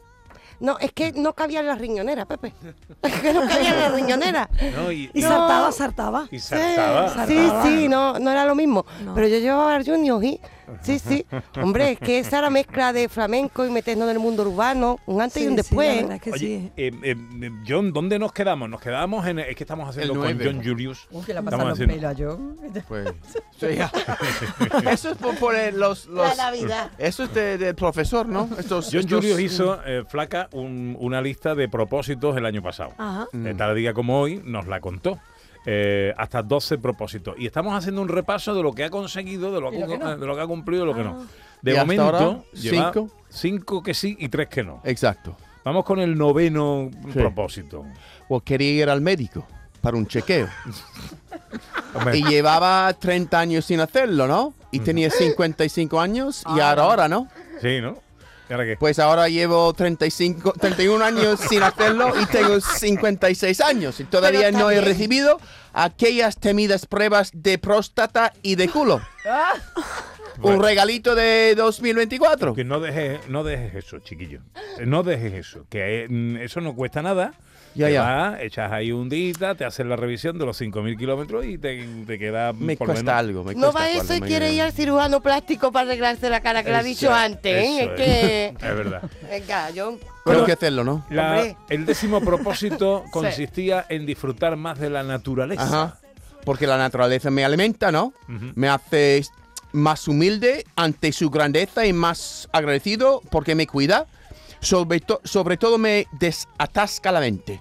I: No, es que no cabían las riñoneras, Pepe. Es que no cabían las riñoneras.
C: <laughs> No, y-
K: Y
I: No.
K: saltaba, saltaba.
C: Y
I: Sí,
C: saltaba.
I: Sí, sí, no, no era lo mismo. Pero yo llevaba al Junior y sí, sí. Hombre, es que esa era mezcla de flamenco y meternos en el mundo urbano, un antes y un después. ¿eh?
C: Oye, eh, eh, eh, John, ¿dónde nos quedamos? Nos quedamos en. Es que estamos haciendo
L: El
C: con
L: nueve.
C: John Julius.
E: Uy, que la
C: Estamos
E: pasan los
C: haciendo-
E: pelos a yo.
L: Pues, sí, ya.
K: <laughs>
L: Eso es por, por, eh, los, los-
E: La Navidad.
L: Eso es de- del profesor, ¿no? Estos,
C: John
L: estos- mm.
C: Julius hizo, eh, Flaca, un- una lista de propósitos el año pasado.
K: Ajá.
L: Mm.
C: Eh, tal día como hoy nos la contó. Eh, hasta 12 propósitos. Y estamos haciendo un repaso de lo que ha conseguido, de lo,
L: Y lo
C: que,
L: que no.
C: de lo que ha cumplido y lo que no.
L: Y
C: De
L: hasta
C: momento,
L: ahora,
C: lleva
L: cinco.
C: cinco que sí y tres que no.
L: Exacto.
C: Vamos con el noveno
L: Sí.
C: propósito.
L: O quería ir al médico para un chequeo.
C: <laughs> Hombre.
L: y llevaba 30 años sin hacerlo, ¿no? Y tenía 55 años
E: Ah.
L: y ahora, ahora, ¿no?
C: Sí, ¿no? ¿Y ahora qué?
L: Pues ahora llevo 35, 31 años sin hacerlo y tengo 56 años y todavía
E: Pero
L: no he
E: también-
L: recibido aquellas temidas pruebas de próstata y de culo.
E: Ah,
L: Un regalito de 2024.
C: Que no dejes, no dejes eso, chiquillo. Eh, No dejes eso. Que eh, mm, eso no cuesta nada.
L: Ya,
C: Te
L: ya.
C: vas, echas ahí un día, te haces la revisión de los 5.000 kilómetros y te, te queda
L: Me
C: por
L: cuesta
C: menos-
L: algo, me
I: No va eso y quiere ir al cirujano plástico para arreglarse la cara, que lo ha
C: Eso,
I: dicho antes. ¿eh?
C: eso
I: Es que.
C: Es verdad.
I: Venga, yo.
L: Tengo que hacerlo, ¿no?
C: La-
L: Hombre.
C: el décimo
I: <laughs>
C: propósito consistía en disfrutar más de la naturaleza.
L: Ajá. Porque la naturaleza me alimenta, ¿no?
C: Ujú.
L: Me hace más humilde ante su grandeza y más agradecido porque me cuida. Sobre, to- sobre todo me desatasca la mente.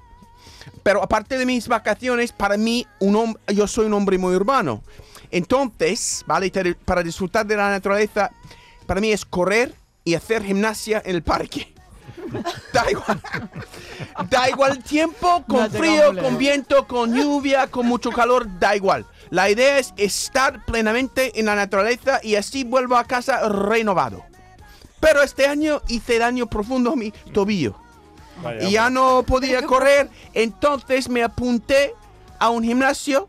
L: Pero aparte de mis vacaciones, para mí un hom- yo soy un hombre muy urbano. Entonces, ¿vale? Ter- Para disfrutar de la naturaleza, para mí es correr y hacer gimnasia en el parque. da igual. Da igual el tiempo,
E: No
L: con
E: ha llegado
L: frío,
E: lejos.
L: con viento, con lluvia, con mucho calor, da igual. La idea es estar plenamente en la naturaleza y así vuelvo a casa renovado. Pero este año hice daño profundo a mi tobillo y ya no podía correr. Entonces me apunté a un gimnasio.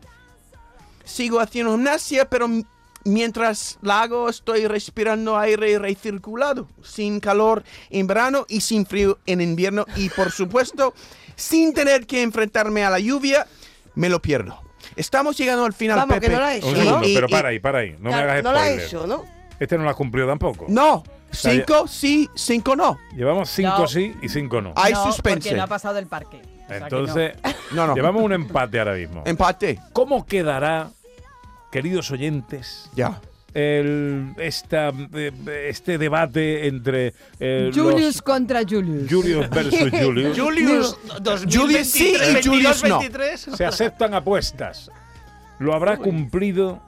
L: Sigo haciendo gimnasia, pero m- mientras la hago estoy respirando aire recirculado, sin calor en verano y sin frío en invierno y por
I: <laughs>
L: supuesto sin tener que enfrentarme a la lluvia, me lo pierdo. Estamos llegando al final,
I: Vamos, que
L: Pepe.
I: no lo ha hecho,
C: Un
L: Y-
C: segundo,
L: y-
C: pero
L: y-
C: para ahí, para ahí. No me hagas
I: no la he
C: spoiler.
I: hecho, ¿no?
C: Este no lo has cumplido tampoco.
L: No,
C: sea,
L: cinco sí, cinco no.
C: Llevamos cinco
E: No.
C: sí y cinco no.
L: Hay
E: no,
L: suspense.
E: Porque no ha pasado el parque. O sea que
C: Entonces,
L: No, <laughs> no.
C: llevamos un empate ahora mismo.
L: Empate.
C: ¿Cómo quedará, queridos oyentes,
L: Ya.
C: el, esta, eh, este debate entre eh, los
N: Julius contra Julius. <laughs>
L: <laughs>
C: Julius versus Julius?
J: Julius,
L: Julius sí y
J: 2023,
L: Julius no.
J: 22,
C: Se aceptan apuestas. ¿Lo habrá cumplido?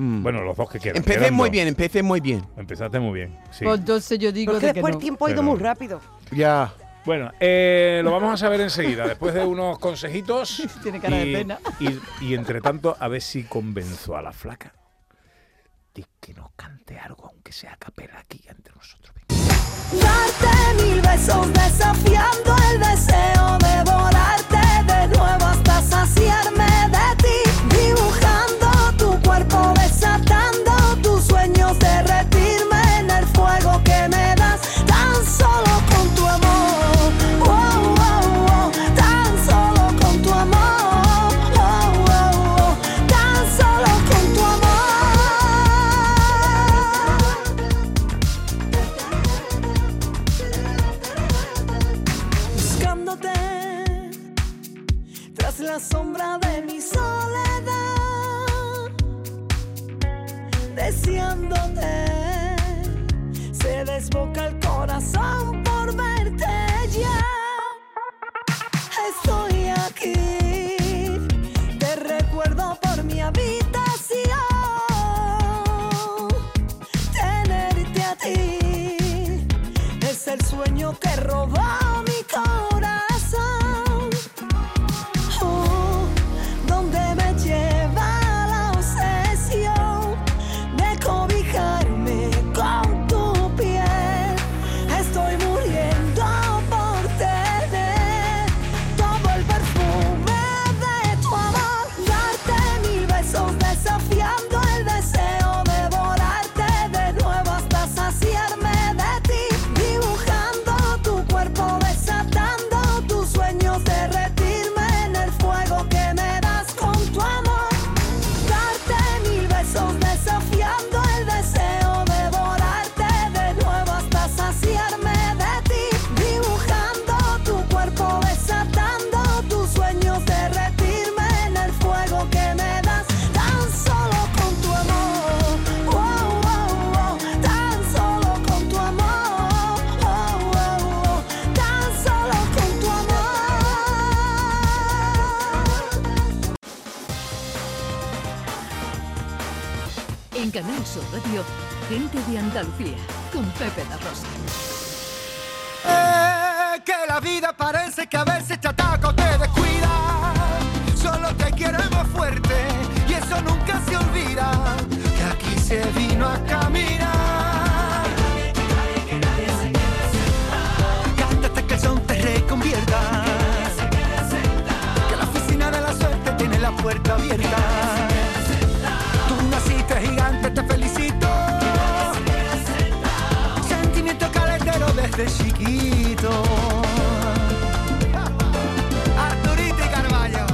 C: Bueno, los dos que quedan.
L: Mm. Empecé
C: quedan
L: muy
C: dos.
L: bien, empecé muy bien.
C: Empezaste muy bien. sí.
N: Pues entonces yo digo
I: Porque
N: de que
I: después
N: no.
I: el tiempo ha ido
C: Pero-
I: muy rápido.
L: Ya.
C: Bueno, eh, lo vamos a saber enseguida, después de unos consejitos.
E: Tiene cara de pena.
C: Y, y entre tanto, a ver si convenzo a la flaca de que nos cante algo, aunque sea a capela aquí entre nosotros.
H: Darte mil besos desafiando el deseo, devorarte de nuevo hasta saciarme de ti, dibujando tu cuerpo, desatando tus sueños, derretirme en el fuego que me das, tan solo con tu amor, oh, oh, oh, tan solo con tu amor, oh, oh, oh, tan solo con tu amor. buscándote tras la sombra de mi soledad, deseándote. Se desboca el corazón por verte ya. Estoy aquí, te recuerdo por mi habitación. Tenerte a ti es el sueño que robó mi corazón. Oh, oh, oh,
A: En Canal Sur Radio, gente de Andalucía, con Pepe La Rosa.
O: Eh, que la vida parece que a veces te ataca o te descuida. Solo te quiero el más fuerte y eso nunca se olvida. Que aquí se vino a caminar. Cántate que el son te reconvierta. Que la oficina de la suerte tiene la puerta abierta. Tú naciste gigante, te felicito. Sentimiento calentero desde chiquito. Arturito y Carballo.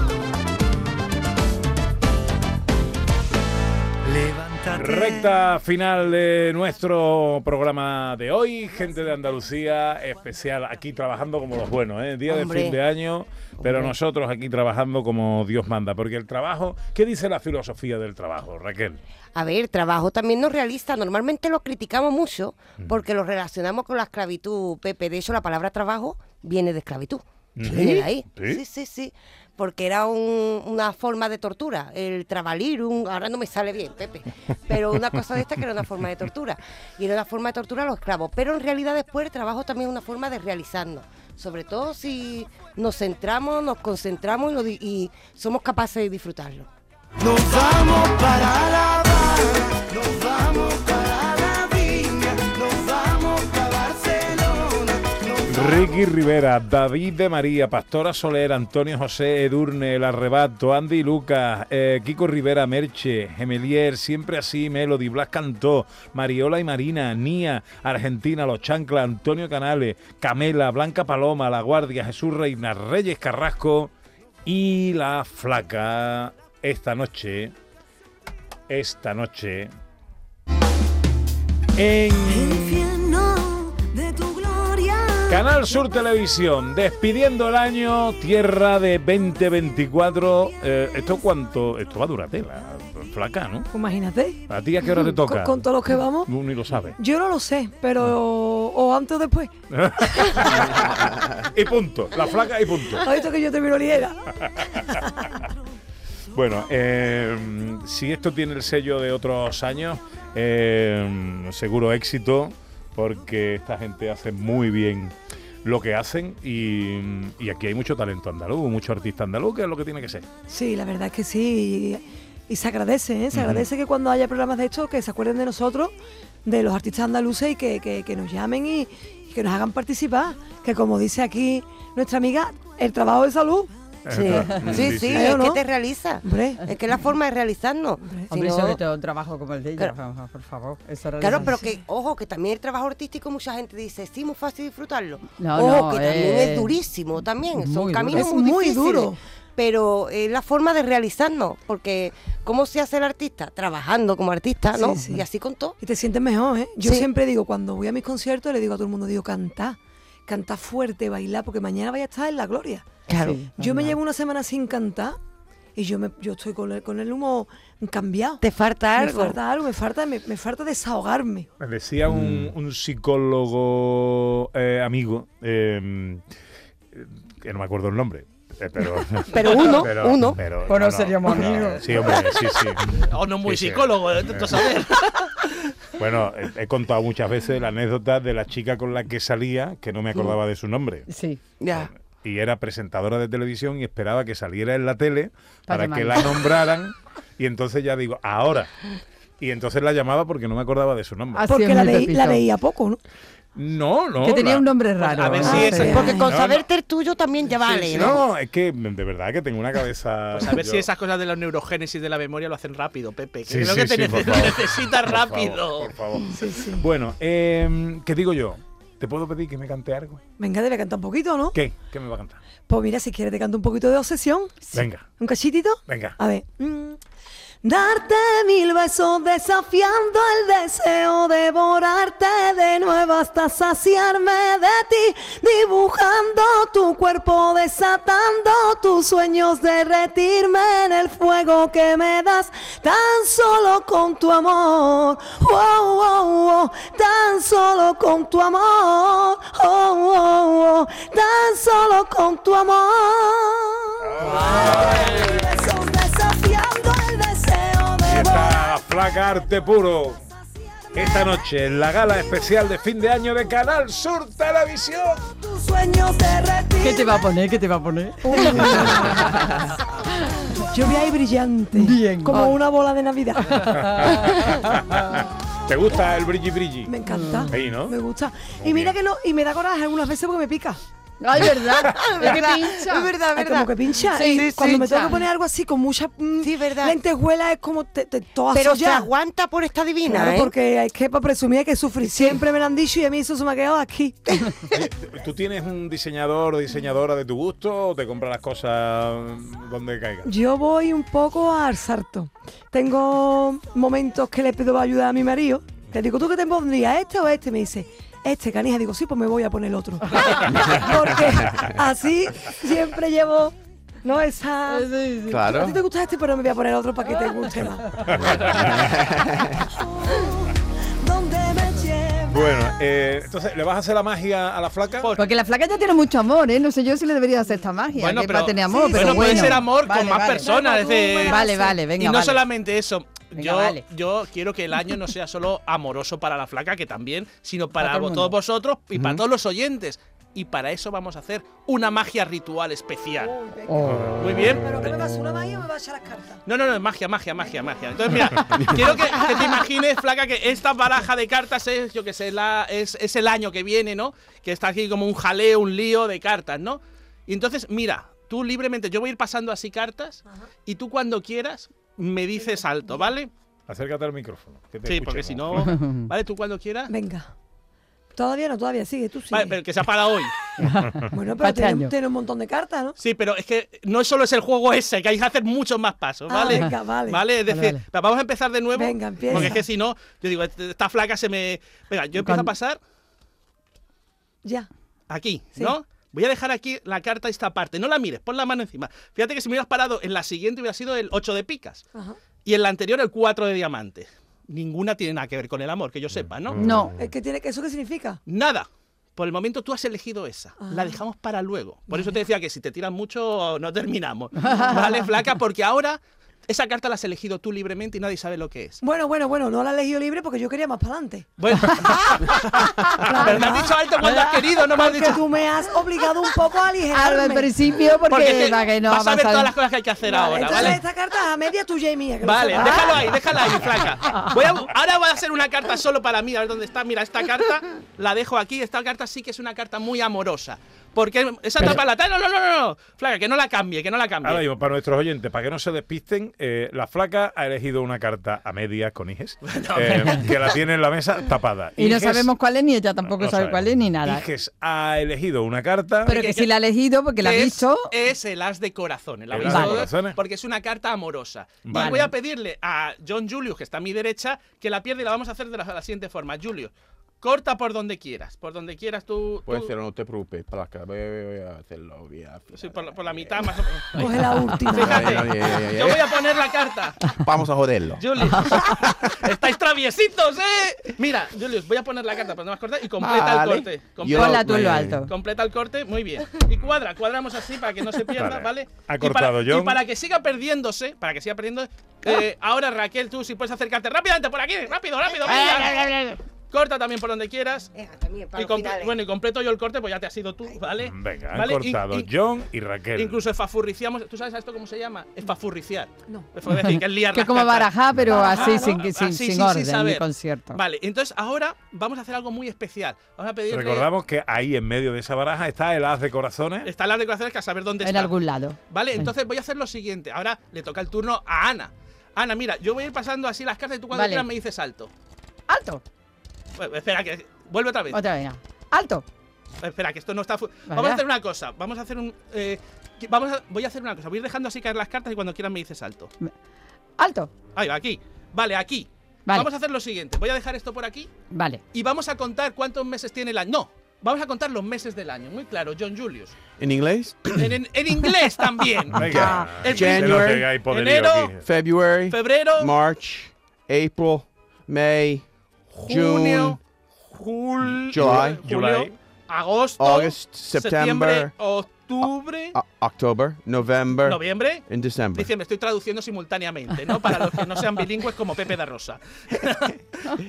C: Recta final de nuestro programa de hoy, gente de Andalucía, especial aquí trabajando como los buenos, ¿eh? día
G: Hombre.
C: de fin de año, pero
G: Hombre.
C: nosotros aquí trabajando como Dios manda, porque el trabajo, ¿qué dice la filosofía del trabajo, Raquel?
I: A ver, trabajo también no realista. Normalmente lo criticamos mucho porque lo relacionamos con la esclavitud, Pepe. De hecho, la palabra trabajo viene de esclavitud.
H: ¿Sí?
I: Viene de ahí.
H: ¿Sí?
I: ¿Sí? sí, sí, Porque era un- una forma de tortura. El trabalirum, ahora no me sale bien, Pepe. Pero una cosa de esta que era una forma de tortura. Y era una forma de tortura a los esclavos. Pero en realidad después el trabajo también es una forma de realizarnos. Sobre todo si nos centramos, nos concentramos y, lo di- y somos capaces de disfrutarlo.
O: Nos vamos para La Habana, nos vamos para la viña, nos vamos para Barcelona.
C: Ricky Rivera, David de María, Pastora Soler, Antonio José Edurne, El Arrebato, Andy Lucas, eh, Kiko Rivera, Merche, Gemelier, Siempre Así, Melody, Blas Cantó, Mariola y Marina, Nia, Argentina, Los Chancla, Antonio Canales, Camela, Blanca Paloma, La Guardia, Jesús Reina, Reyes Carrasco y La Flaca. Esta noche, esta noche, en
H: de tu gloria.
C: Canal Sur Televisión, despidiendo el año, tierra de 2024. Eh, ¿Esto cuánto? Esto va a durar tela, flaca, ¿no?
K: Pues imagínate.
C: ¿A ti a qué hora te
K: Con-
C: toca?
K: con todos los que vamos.
C: Uno ni lo sabe. <laughs>
K: Yo no lo sé, pero. O antes o después.
C: y punto, la flaca
K: <laughs>
C: y punto.
K: Ha visto que yo te miro liera.
C: Bueno, eh, si esto tiene el sello de otros años, eh, seguro éxito, porque esta gente hace muy bien lo que hacen y, y aquí hay mucho talento andaluz, mucho artista andaluz, que es lo que tiene que ser.
K: Sí, la verdad es que sí. Y, y se agradece, ¿eh? Se
C: Ujú.
K: agradece que cuando haya programas de estos, que se acuerden de nosotros, de los artistas andaluces y que, que- que nos llamen y, y que nos hagan participar. Que como dice aquí nuestra amiga, el trabajo de salud.
I: Sí, sí, sí,
K: ¿Eh
I: es
K: o
I: que
K: no?
I: te realiza. Es que es la forma de realizarnos. Si
E: Hombre,
I: no-
E: sobre todo un trabajo como el de
I: Claro.
E: ella, vamos, por favor. eso era
I: Claro,
E: lo-
I: pero que, ojo, que también el trabajo artístico mucha gente dice, sí, muy fácil disfrutarlo.
E: No,
I: ojo,
E: no,
I: que también
E: eh,
I: es durísimo, también.
E: muy
I: Son
E: duro.
I: caminos
E: Es
I: muy,
E: muy
I: difíciles,
E: duro.
I: Pero es la forma de realizarnos, porque ¿cómo se hace el artista? Trabajando como artista, ¿no?
K: Sí, sí.
I: Y así con todo.
K: Y te sientes mejor, ¿eh? Yo
I: Sí.
K: siempre digo, cuando voy a mis conciertos, le digo a todo el mundo, digo, cantá, cantá fuerte, bailá, porque mañana vaya a estar en la gloria.
I: Claro.
K: Yo me llevo una semana sin cantar y yo me, yo estoy con el, con el humo cambiado.
I: Te falta algo.
K: Me falta algo, me falta, me, me falta desahogarme.
C: Me decía un, un psicólogo eh, amigo, eh, eh, que no me acuerdo el nombre, eh, <laughs> pero,
J: Pero uno, uno.
C: pero-
J: Pues no seríamos
C: no,
J: amigos.
C: sí, hombre, sí, sí.
J: O no muy
C: Sí, sí.
J: psicólogo, eh, tú sabes.
C: Bueno, he, he contado muchas veces la anécdota de la chica con la que salía, que no me acordaba de su nombre.
E: Sí.
I: Ya.
C: Y era presentadora de televisión y esperaba que saliera en la tele
E: Para
C: para, que la
E: llamarla.
C: nombraran. Y entonces ya digo, ahora. Y entonces la llamaba porque no me acordaba de su nombre.
K: porque la, veí- la veía poco, ¿no?
C: No, no.
K: Que tenía
C: la-
K: un nombre raro.
C: A ver
K: Ah,
C: si
K: sí.
C: esa-
K: Porque
I: Con
C: No, no.
I: saberte el tuyo también ya vale,
C: Sí,
I: ¿no?
C: No, es que de verdad que tengo una cabeza.
J: Pues a ver
C: yo-
J: si esas cosas de la neurogénesis de la memoria lo hacen rápido, Pepe. Que
C: Sí,
J: creo
C: sí,
J: que te
C: sí,
J: nece-
C: por favor.
J: necesitas
C: Por
J: rápido.
C: favor, por favor. Bueno, eh, ¿qué digo yo? ¿Te puedo pedir que me cante algo?
K: Venga, debe cantar un poquito, ¿no?
C: ¿Qué? ¿Qué me va a cantar?
K: Pues mira, si quieres te canto un poquito de obsesión.
C: Venga,
K: ¿Un cachitito?
C: venga.
K: A ver. Mm.
C: <laughs>
H: Darte mil besos desafiando el deseo, devorarte de nuevo hasta saciarme de ti, dibujando tu cuerpo, desatando tus sueños, derretirme en el fuego que me das tan solo con tu amor, wow, wow, wow, tan solo con tu amor, oh, oh, oh, tan solo con tu amor.
C: Ahí está la Flaca Arte Puro. Esta noche en la gala especial de fin de año de Canal Sur Televisión.
E: ¿Qué
N: <laughs>
E: te va a poner? ¿Qué te va a poner?
I: <laughs>
K: Yo voy ahí brillante. Como una bola de
C: <laughs>
K: Navidad.
C: ¿Te gusta el brilli brilli?
K: Me encanta.
C: Ahí, ¿no?
K: Me gusta. Y mira que no, y me da coraje algunas veces porque me pica.
A: Ay,
K: <laughs>
A: ¿verdad? Es que pincha.
K: Es verdad, Ah,
A: Ay,
K: verdad.
A: como que pincha. Sí, sí,
K: Cuando me
A: pincha.
K: tengo que poner algo así con mucha mm, sí,
I: verdad.
K: lentejuela es como te, te, todo
I: Pero
K: asollado.
I: se aguanta por esta divina,
K: Claro,
I: ¿eh?
K: porque es que para presumir hay que sufrir. Siempre me lo han dicho y a mí eso se me ha quedado aquí.
C: ¿Tú tienes un diseñador o diseñadora de tu gusto o te compras las cosas donde caigan?
K: Yo voy un poco al sarto. Tengo momentos que le pido ayuda a mi marido. Le digo, ¿tú qué te pondrías, este o este? Me dice, este, canija. Digo, sí, pues me voy a poner el <laughs> otro.
H: <laughs>
K: Porque <laughs> así siempre llevo, ¿no? Esa...
L: Claro.
K: A ti te gusta este, pero me voy a poner otro para que te guste más.
C: Bueno, eh, entonces, ¿le vas a hacer la magia a la flaca?
N: Porque la flaca ya tiene mucho amor, ¿eh? No sé yo si le debería hacer esta magia.
J: Bueno,
N: que
J: pero-
N: va a tener amor,
J: sí,
N: pero
J: bueno, puede ser amor
N: Vale,
J: con más
N: vale.
J: personas. es decir-
N: Vale, vale, venga.
J: Y no
N: vale.
J: solamente eso. yo,
N: vale.
J: yo quiero que el año no sea solo amoroso para la flaca, que también, sino para,
N: Para todo el
J: todos
N: mundo.
J: vosotros y para todos los oyentes. Y para eso vamos a hacer una magia ritual especial. Muy bien.
K: Oh. ¿Me vas a una magia o me vas a echar las cartas?
J: No, no, no, es magia, magia, magia, magia. Entonces, mira,
C: <laughs>
J: quiero que, que te imagines, Flaca, que esta baraja de cartas es, yo que sé, la, es, es el año que viene, ¿no? Que está aquí como un jaleo, un lío de cartas, ¿no? Y entonces, mira, tú libremente, yo voy a ir pasando así cartas y tú cuando quieras me dices alto, ¿vale?
C: Acércate al micrófono. que te
J: Sí, porque si
C: escuchemos.
J: no.
C: <laughs>
J: ¿Vale? Tú cuando quieras.
K: Venga. Todavía no, todavía sigue, tú sigue.
J: Vale, pero que sea para
K: <laughs>
J: hoy.
K: bueno, pero tiene, tiene un montón de cartas, ¿no?
J: Sí, pero es que no solo es el juego ese, que hay que hacer muchos más pasos,
K: Ah,
J: ¿vale?
K: venga, vale.
J: es
K: Vale,
J: decir, vamos a empezar de nuevo.
K: Venga, empieza.
J: Porque es que si no, yo digo, este- esta flaca se me. Venga, yo empiezo a
K: Cuando-
J: pasar
K: Ya.
J: aquí,
K: Sí.
J: ¿no? Voy a dejar aquí la carta esta parte. No la mires, pon la mano encima. Fíjate que si me hubieras parado en la siguiente hubiera sido el 8 de picas.
K: Ajá.
J: Y en la anterior el 4 de diamantes. Ninguna tiene nada que ver con el amor, que yo sepa, ¿no?
K: Es que tiene, ¿Eso Eh, qué significa? Ah.
J: Nada. Por el momento tú has elegido esa. La dejamos para luego. Por eso te decía que si te tiran mucho no
K: <laughs>
J: terminamos. ¿Vale, flaca? Porque ahora esa carta la has elegido tú libremente y nadie sabe lo
K: <laughs>
J: que es.
K: Bueno, bueno, bueno, no la he elegido libre porque yo quería más para adelante.
J: Bueno. Pero me has dicho alto cuando has querido, no me has
K: Porque
J: dicho.
K: tú me has obligado un poco a aligerarme.
N: Al principio, porque,
J: te-
N: para que no
J: vas a ver
N: avanzar.
J: todas las cosas que hay que hacer ahora,
K: Entonces
J: ¿vale?
K: esta carta es a media tuya y mía. que Ah. lo
J: Vale,
K: sepas.
J: déjalo ahí, déjala ahí, flaca. Voy a- ahora voy a hacer una carta solo para mí, a ver dónde está. Mira, esta carta la dejo aquí. Esta carta sí que es una carta muy amorosa. Porque esa tapa la No, no, no, no, no. Flaca, que no la cambie, que no la cambie.
C: Ahora mismo, para nuestros oyentes, para que no se despisten, eh, la flaca ha elegido una carta a medias
J: <laughs>
C: con Iges, eh, que la tiene en la mesa tapada.
N: Y no
C: Iges-
N: sabemos cuál es, ni ella tampoco
C: no
N: sabe
C: sabemos.
N: cuál es, ni nada.
C: Iges ha elegido una carta.
N: Pero que si la ha elegido, porque la ha
J: es,
N: visto.
J: Es el as de corazones. la
C: El
J: habéis
C: as de
J: dado,
C: corazones.
J: Porque es una carta amorosa.
C: Vale.
J: Y voy a pedirle a John Julius, que está a mi derecha, que la pierda y la vamos a hacer de la, la siguiente forma. Julius, corta por donde quieras. Por donde quieras tú.
L: Puede
J: tú-
L: ser, no te preocupes, para acá voy a hacerlo, voy a afilar.
J: sí, por, la- por la mitad más o menos.
L: Coge la última.
J: Fíjate,
L: Ay, ay, ay, ay,
J: yo
L: ay.
J: voy a poner la carta.
L: Vamos a joderlo. <laughs>
J: Julius, estáis traviesitos, ¿eh? Mira, Julius, voy a poner la carta para no más corta y completa
L: Vale.
J: el corte.
L: Yo-
J: Completa,
N: Ponla tú en lo
L: me-
N: alto.
J: completa el corte, muy bien. Y cuadra, cuadramos así para que no se pierda,
C: Vale.
J: ¿vale?
C: Ha
J: Y para-
C: cortado
J: y para,
C: John.
J: que siga perdiéndose, para que siga perdiendo, eh,
L: Ah.
J: ahora Raquel, tú si puedes acercarte rápidamente por aquí, rápido, rápido,
L: Ah,
J: venga. Corta también por donde quieras.
I: También, para
J: Y
I: los
J: comple-
I: finales.
J: bueno, y completo yo el corte, pues ya te has sido tú, ¿vale?
C: Venga, han
J: ¿Vale? In-
C: cortado
J: in-
C: John y Raquel.
J: Incluso esfafurriciamos. ¿Tú sabes esto cómo se llama? Esfafurriciar.
K: No.
J: Es decir, que es liar
N: <laughs> Que
J: las
N: como
J: cartas.
N: barajar, pero
J: Barajar,
N: así,
J: ¿no?
N: sin, sin,
J: Así,
N: sin
J: sí,
N: orden, ni
J: saber.
N: concierto.
J: Vale, entonces ahora vamos a hacer algo muy especial. Vamos a pedirle...
C: Recordamos que ahí en medio de esa baraja está el haz de corazones.
J: Está la decoración que a saber dónde
N: En
J: está.
N: algún lado.
J: Vale, entonces voy a hacer lo siguiente. Ahora le toca el turno a Ana. Ana, mira, yo voy a ir pasando así las cartas y tú cuando
N: Vale.
J: quieras me dices alto.
N: ¡Alto!
J: Bueno, espera, que... Vuelve otra vez.
N: Otra vez. venga. ¡Alto!
J: Espera, que esto no está... fu- Vamos
N: Vaya.
J: a hacer una cosa. Vamos a hacer un... eh, que- vamos a- Voy a hacer una cosa. Voy a ir dejando así caer las cartas y cuando quieras me dices alto.
N: ¡Alto!
J: Ahí va, aquí. Vale, aquí.
N: Vale.
J: Vamos a hacer lo siguiente. Voy a dejar esto por aquí
N: Vale.
J: y vamos a contar cuántos meses tiene el año. No, vamos a contar los meses del año. Muy claro, John Julius.
L: ¿En inglés?
J: En, en- en inglés también.
C: Venga.
J: Ah, El
L: January,
C: Que hay poderío
J: enero,
C: aquí.
L: February,
J: febrero,
L: March, April, May, June,
J: junio, jul-
L: July,
J: julio, agosto,
L: August,
J: septiembre,
L: September,
J: octubre.
L: October, November.
J: ¿Noviembre?
L: In December.
J: Diciembre, estoy traduciendo simultáneamente, ¿no? Para los que no sean bilingües como Pepe da Rosa. <laughs>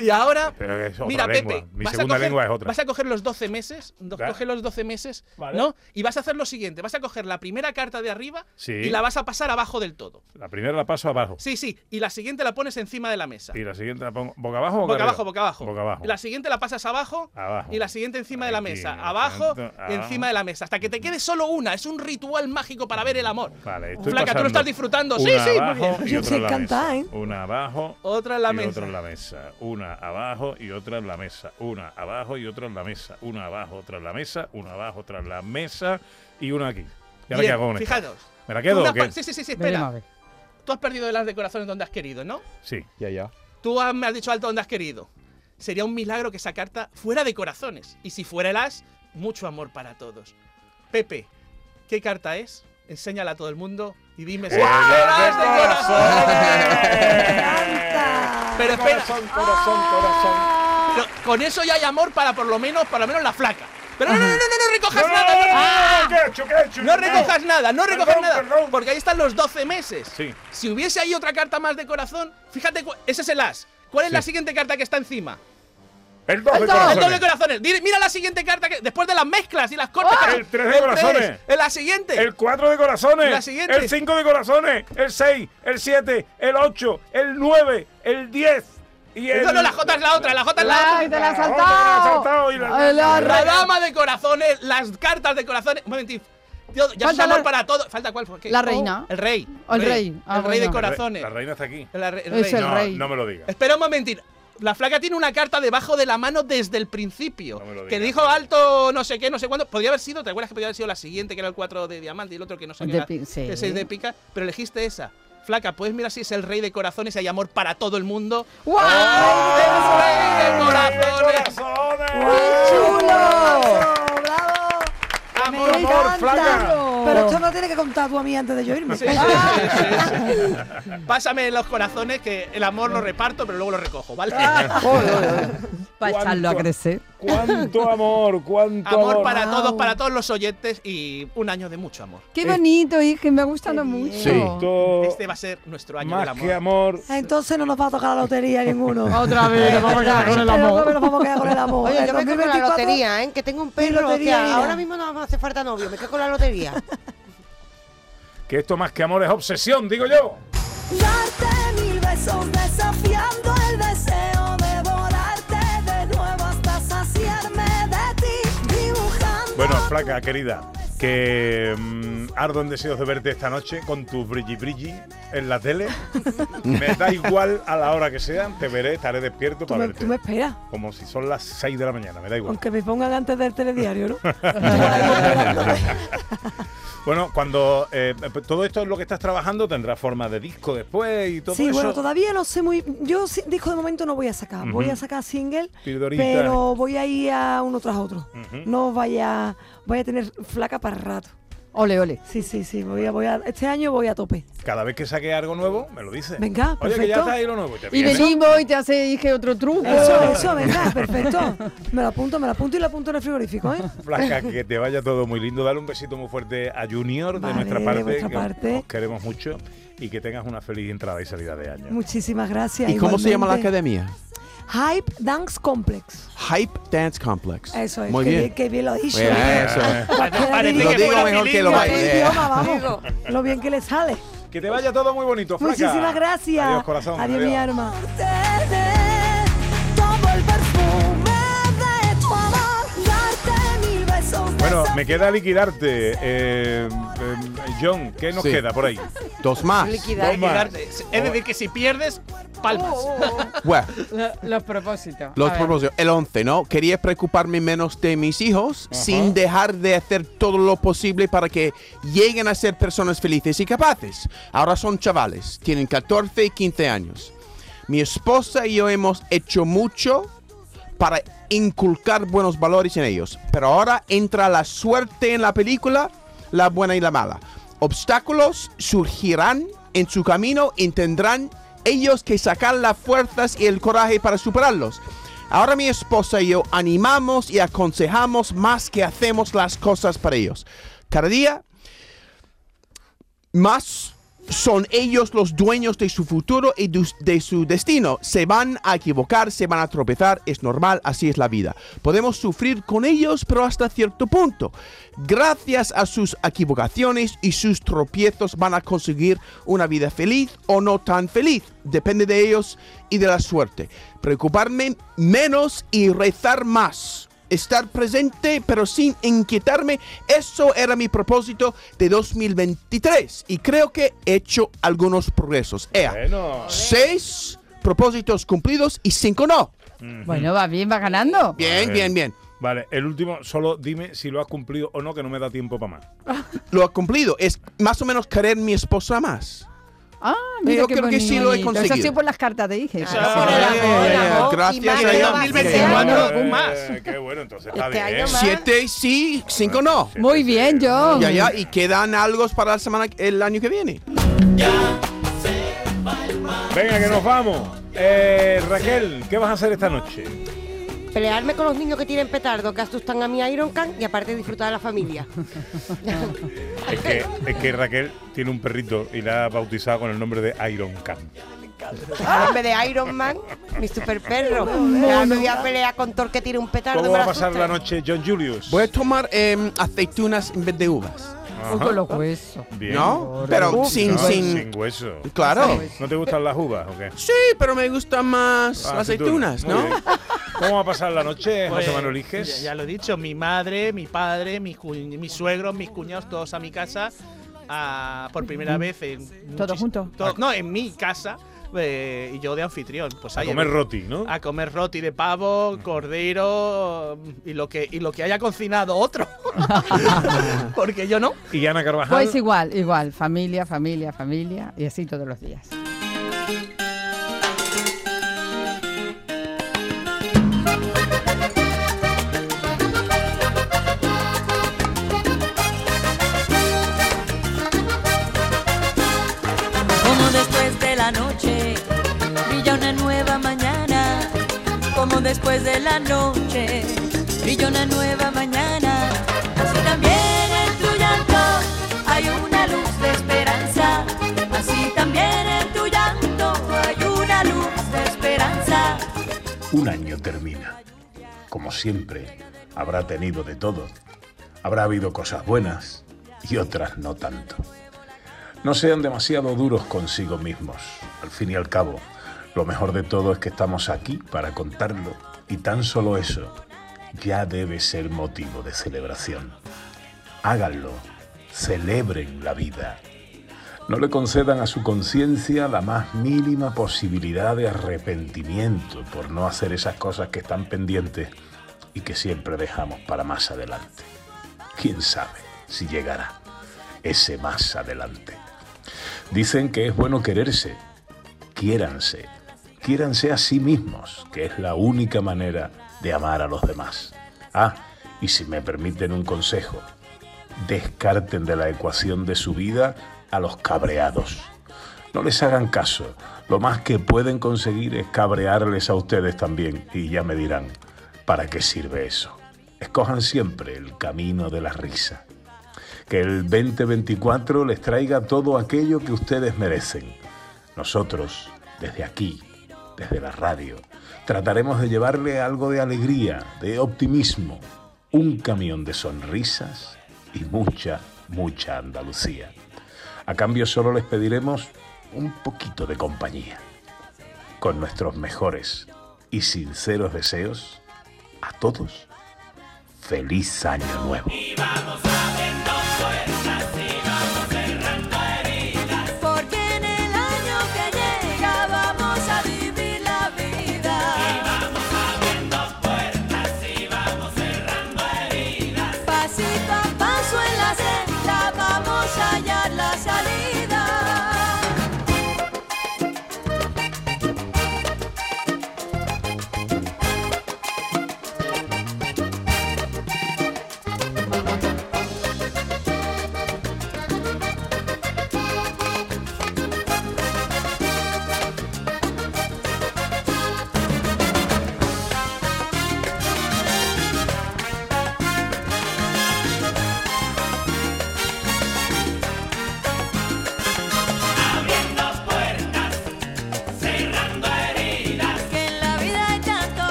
J: y ahora,
C: Pero es otra
J: mira,
C: lengua.
J: Pepe,
C: Mi
J: vas a,
C: segunda
J: coger,
C: lengua es otra.
J: vas a coger los 12 meses, do-
C: Claro.
J: coge los 12 meses,
C: Vale.
J: ¿no? Y vas a hacer lo siguiente, vas a coger la primera carta de arriba
C: Sí.
J: y la vas a pasar abajo del todo.
C: La primera la paso abajo.
J: Sí, sí, y la siguiente la pones encima de la mesa.
C: Y la siguiente la pongo boca abajo o
J: Boca
C: arriba?
J: abajo, boca abajo.
C: Boca abajo.
J: La siguiente la pasas abajo,
C: Abajo.
J: y la siguiente encima de la
C: Aquí,
J: mesa.
C: en el
J: Abajo
C: centro,
J: y
C: abajo.
J: encima de la mesa. Hasta que te quede solo una. Es un ritual mágico para ver el amor.
C: Vale, estoy
J: Flaca, tú
C: pasando
J: lo estás disfrutando.
C: una
J: sí, sí, muy
C: abajo
J: bien.
C: y otra en la
J: ¿eh?
C: mesa. Una abajo.
J: Otra en la
C: y
J: mesa.
C: Otra en la mesa. Una abajo y otra en la mesa. Una abajo y otra en la mesa. Una abajo, otra en la mesa. Una abajo, otra en la mesa. Y una aquí. ¿Y ahora
J: Bien,
C: qué hago con esta?
J: fijaros.
C: ¿Me la quedo
J: Tú
C: o
J: has
C: qué?
J: pa- Sí, sí, sí, sí, espera. Tú has perdido de las decoraciones donde has querido, ¿no?
C: Sí.
L: Ya, ya.
J: Tú has- me has dicho alto donde has querido. Sería un milagro que esa carta fuera de corazones. Y si fuera el as, mucho amor para todos. Pepe, ¿qué carta es? Enséñala a todo el mundo y dime si
C: ¡El as de
J: ¡El as de Pero espera.
C: Corazón, corazón, corazón.
J: Pero con eso ya hay amor para por lo menos, por lo menos la flaca. Pero no, no, no, no, no recojas nada. No,
C: ¿qué he hecho? ¿Qué he hecho?
J: No recojas nada, no recojas
C: Perdón,
J: nada. Porque ahí están los 12 meses. Si hubiese ahí otra carta más de corazón, fíjate, cu- ese es el as. ¿Cuál es
C: Sí.
J: la siguiente carta que está encima?
C: El dos de
J: El doble
C: corazones.
J: de corazones. Dile- Mira la siguiente carta que después de las mezclas y las cortes. que-
C: ¡Ah! El tres de corazones.
J: Ah, El- La siguiente.
C: El 4 de corazones.
J: La siguiente.
C: El 5 de corazones. El 6, el 7, el 8, el 9, el 10. Y el...
J: No, no, la J es la otra, la J es la otra.
N: ¡Ay, te la has
C: La J me
N: saltado!
C: la he saltado y la-
N: Ay, la
J: La
N: re-
J: dama de corazones, las cartas de corazones. Un momentín. Tío, ya es
N: Falta
J: amor
N: la-
J: para todo. ¿Falta cuál? fue? ¿Qué?
N: La reina.
J: El rey.
N: O el rey. Ah,
J: el rey de
N: bueno.
J: corazones.
C: La reina está aquí.
J: La re- el
N: Es el
J: No,
N: rey.
C: No me lo digas.
J: Espera un momentín. La flaca tiene una carta debajo de la mano desde el principio.
C: me lo
J: que
C: digas.
J: dijo alto no sé qué, no sé cuándo. Podría haber sido, ¿te acuerdas que podría haber sido la siguiente, que era el 4 de diamante y el otro que no sé
N: De
J: qué era?
N: pi- sí.
J: El 6 de pica. Pero elegiste esa. Flaca, puedes mirar si es el rey de corazones y hay amor para todo el mundo. ¡Oh!
N: ¡Guau!
J: ¡El rey de corazones!
K: Me
J: ¡Amor, amor, flaca!
K: Pero esto no tiene que contar tú a mí antes de yo irme. Ah.
J: Sí, sí, sí, sí. <laughs> Pásame los corazones que el amor lo reparto, pero luego lo recojo, ¿vale?
N: Ah,
J: <laughs>
N: Para echarlo a crecer. <laughs>
C: Cuánto amor, cuánto amor.
J: Amor para todos, para todos los oyentes y un año de mucho amor.
N: Qué bonito, hija, que me ha gustado mucho.
C: Eh, Sí. Esto-
J: Este va a ser nuestro año del
C: Más
J: amor.
C: que amor.
K: Entonces no nos va a tocar la lotería ninguno.
N: <laughs> Otra vez, nos vamos a quedar con el amor.
K: Pero nos vamos a quedar con el amor.
I: Oye,
K: El
I: yo me quedo con la
K: 2024,
I: lotería, ¿eh? Que tengo un
K: mi
I: perro. O
K: lotería,
I: sea,
K: mira.
I: ahora mismo no me hace falta novio, me quedo con la lotería. <laughs>
C: Que esto más que amor es obsesión, digo yo.
H: Darte mil besos desafiando el deseo de volarte de nuevo hasta saciarme de ti dibujando.
C: Bueno, flaca, querida, que mm, ardo en deseos de verte esta noche con tu brilli brilli en la tele. me da igual a la hora que sea, te veré, estaré despierto
K: Tú
C: para
K: me,
C: verte.
K: tú me esperas,
C: Como si son las 6 de la mañana, me
N: <laughs>
C: da igual.
K: aunque me pongan antes del
C: <laughs>
K: telediario, ¿no?
C: Bueno, cuando eh, todo esto es lo que estás trabajando, tendrá forma de disco después y todo
K: sí,
C: eso.
K: bueno, todavía no sé muy. Yo sí- disco de momento no voy a sacar. Voy
C: Ujú.
K: a sacar single,
C: Pildorita.
K: pero voy a ir a uno tras otro.
C: Ujú.
K: No vaya, voy a tener flaca para rato.
N: Ole, ole.
K: Sí, sí, sí. Voy a, voy a, este año voy a tope.
C: Cada vez que saque algo nuevo, me lo dices.
K: Venga,
C: Oye, que ya
K: perfecto.
C: está ahí lo nuevo. te
N: Y
C: vienes.
N: venimos y te hace, dije, otro truco.
K: Eso, eso, venga, perfecto. Me lo apunto, me lo apunto y lo apunto en el frigorífico, ¿eh?
C: Flaca, que te vaya todo muy lindo. Dale un besito muy fuerte a Junior de
K: Vale,
C: nuestra
K: de
C: parte.
K: vuestra
C: que
K: parte.
C: Os queremos mucho y que tengas una feliz entrada y salida de año.
K: Muchísimas gracias.
L: ¿Y cómo se llama la
K: igualmente.
L: academia?
K: Hype Dance Complex.
L: Hype Dance Complex.
K: Eso es.
L: Muy
K: que
L: bien.
K: que bien lo he dicho.
L: Bien, eso
K: <laughs>
L: es.
J: Parece
L: Lo
J: que
L: digo
J: fuera
L: mejor que lo
J: bilingüe.
L: baile.
K: idioma, vamos.
C: <laughs>
K: Lo bien que le sale.
C: Que te vaya todo muy bonito, Flaca.
K: Muchísimas gracias.
C: Adiós, corazón.
K: Adiós, mi arma.
H: Todo el perfume de tu amor. Darte mil besos
C: Bueno, me queda liquidarte. Eh, eh, John, ¿qué nos
L: Sí.
C: queda por ahí?
L: Dos más.
I: Liquidar.
C: Dos más.
J: Darte- Es decir, que si pierdes, palmas.
L: Bueno,
N: Oh, Lo- los propósitos.
L: los
N: A ver.
L: propósitos. El 11, ¿no? Quería preocuparme menos de mis hijos sin dejar de hacer todo lo posible para que lleguen a ser personas felices y capaces. Ahora son chavales, tienen 14 y 15 años. Mi esposa y yo hemos hecho mucho para inculcar buenos valores en ellos. Pero ahora entra la suerte en la película, la buena y la mala. Obstáculos surgirán en su camino y tendrán ellos que sacar las fuerzas y el coraje para superarlos. Ahora mi esposa y yo animamos y aconsejamos más que hacemos las cosas para ellos. cada día, más son ellos los dueños de su futuro y dus- de su destino. Se van a equivocar, se van a tropezar, es normal, así es la vida. Podemos sufrir con ellos, pero hasta cierto punto. Gracias a sus equivocaciones y sus tropiezos van a conseguir una vida feliz o no tan feliz. Depende de ellos y de la suerte. Preocuparme menos y rezar más estar presente pero sin inquietarme. Eso era mi propósito de 2023 y creo que he hecho algunos progresos. Ea, seis propósitos cumplidos y cinco no.
E: Bueno, va bien, va ganando.
L: Bien, bien, bien.
K: Vale, el último, solo dime si lo has cumplido o no, que no me da tiempo para más.
L: Lo ha cumplido. Es más o menos querer mi esposa más.
E: Ah, mira
L: Yo
E: qué
L: creo que sí lo he
E: bonito. Eso ha
L: conseguido.
E: sido por las cartas, te dije.
L: Gracias a Dios.
K: qué bueno, entonces
E: está Este bien. año más.
L: Siete sí, cinco no.
E: Muy bien, John.
L: Ya, ya, y quedan algo para la semana, el año que viene.
K: Venga, que nos vamos. Eh, Raquel, ¿qué vas a hacer esta noche?
I: Pelearme con los niños que tienen petardo, que asustan a mi Iron Can y aparte disfrutar de la <laughs> familia.
K: Es que, es que Raquel tiene un perrito y la ha bautizado con el nombre de Iron Can.
I: En vez de Iron Man, mi super perro. Ya me voy a pelear con Thor que tiene un petardo.
K: ¿Cómo
I: me
K: va a
I: lo
K: pasar
I: asusta.
K: la noche John Julius?
L: Voy a tomar eh, aceitunas en vez de uvas.
K: Ajá. Con los
E: huesos.
K: Bien.
L: ¿No? Pero sin,
K: No,
L: sin,
K: hueso.
L: Claro.
K: ¿No te gustan las uvas o qué?
L: Sí, pero me gustan más
K: Ah,
L: aceitunas,
K: aceitunas, muy
L: ¿no?
K: ¿Cómo va a pasar la noche, José
J: Pues,
K: Manuel Iges?
J: Ya, ya lo he dicho, mi madre, mi padre, mis, cu- mis suegros, mis cuñados, todos a mi casa, a- por primera vez en...
E: ¿Todos
J: muchis-
E: juntos?
J: to- no, en mi casa. eh, y yo de anfitrión, pues
K: A
J: ahí-
K: comer roti, ¿no?
J: A comer roti de pavo, cordero y lo que y lo que haya cocinado otro. <laughs> Porque yo no.
K: Y Ana Carvajal.
E: Pues igual, igual. Familia, familia, familia. Y así todos los días.
G: Como después de la noche brilla una nueva mañana. Como después de la noche brilla una nueva mañana. Así también en tu llanto hay una luz de esperanza. Así también en tu llanto hay una luz de esperanza.
C: Un año termina. Como siempre, habrá tenido de todo. Habrá habido cosas buenas y otras no tanto. No sean demasiado duros consigo mismos. Al fin y al cabo, lo mejor de todo es que estamos aquí para contarlo. Y tan solo eso ya debe ser motivo de celebración. Háganlo. Celebren la vida. No le concedan a su conciencia la más mínima posibilidad de arrepentimiento por no hacer esas cosas que están pendientes y que siempre dejamos para más adelante. ¿Quién sabe si llegará ese más adelante? Dicen que es bueno quererse. Quiéranse. Quiéranse a sí mismos, que es la única manera de amar a los demás. Ah, y si me permiten un consejo, descarten de la ecuación de su vida a los cabreados. No les hagan caso. Lo más que pueden conseguir es cabrearles a ustedes también. Y ya me dirán, ¿para qué sirve eso? Escojan siempre el camino de la risa. Que el 2024 les traiga todo aquello que ustedes merecen. Nosotros, desde aquí, desde la radio, trataremos de llevarle algo de alegría, de optimismo, un camión de sonrisas y mucha, mucha Andalucía. A cambio solo les pediremos un poquito de compañía. Con nuestros mejores y sinceros deseos, a todos, feliz año nuevo.
G: Porque en el año que llega vamos a vivir la vida. Y vamos abriendo puertas y vamos cerrando heridas. Pasito a paso en la senda vamos a hallar la salida.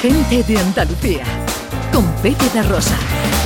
E: Gente de Andalucía, con Pepe da Rosa.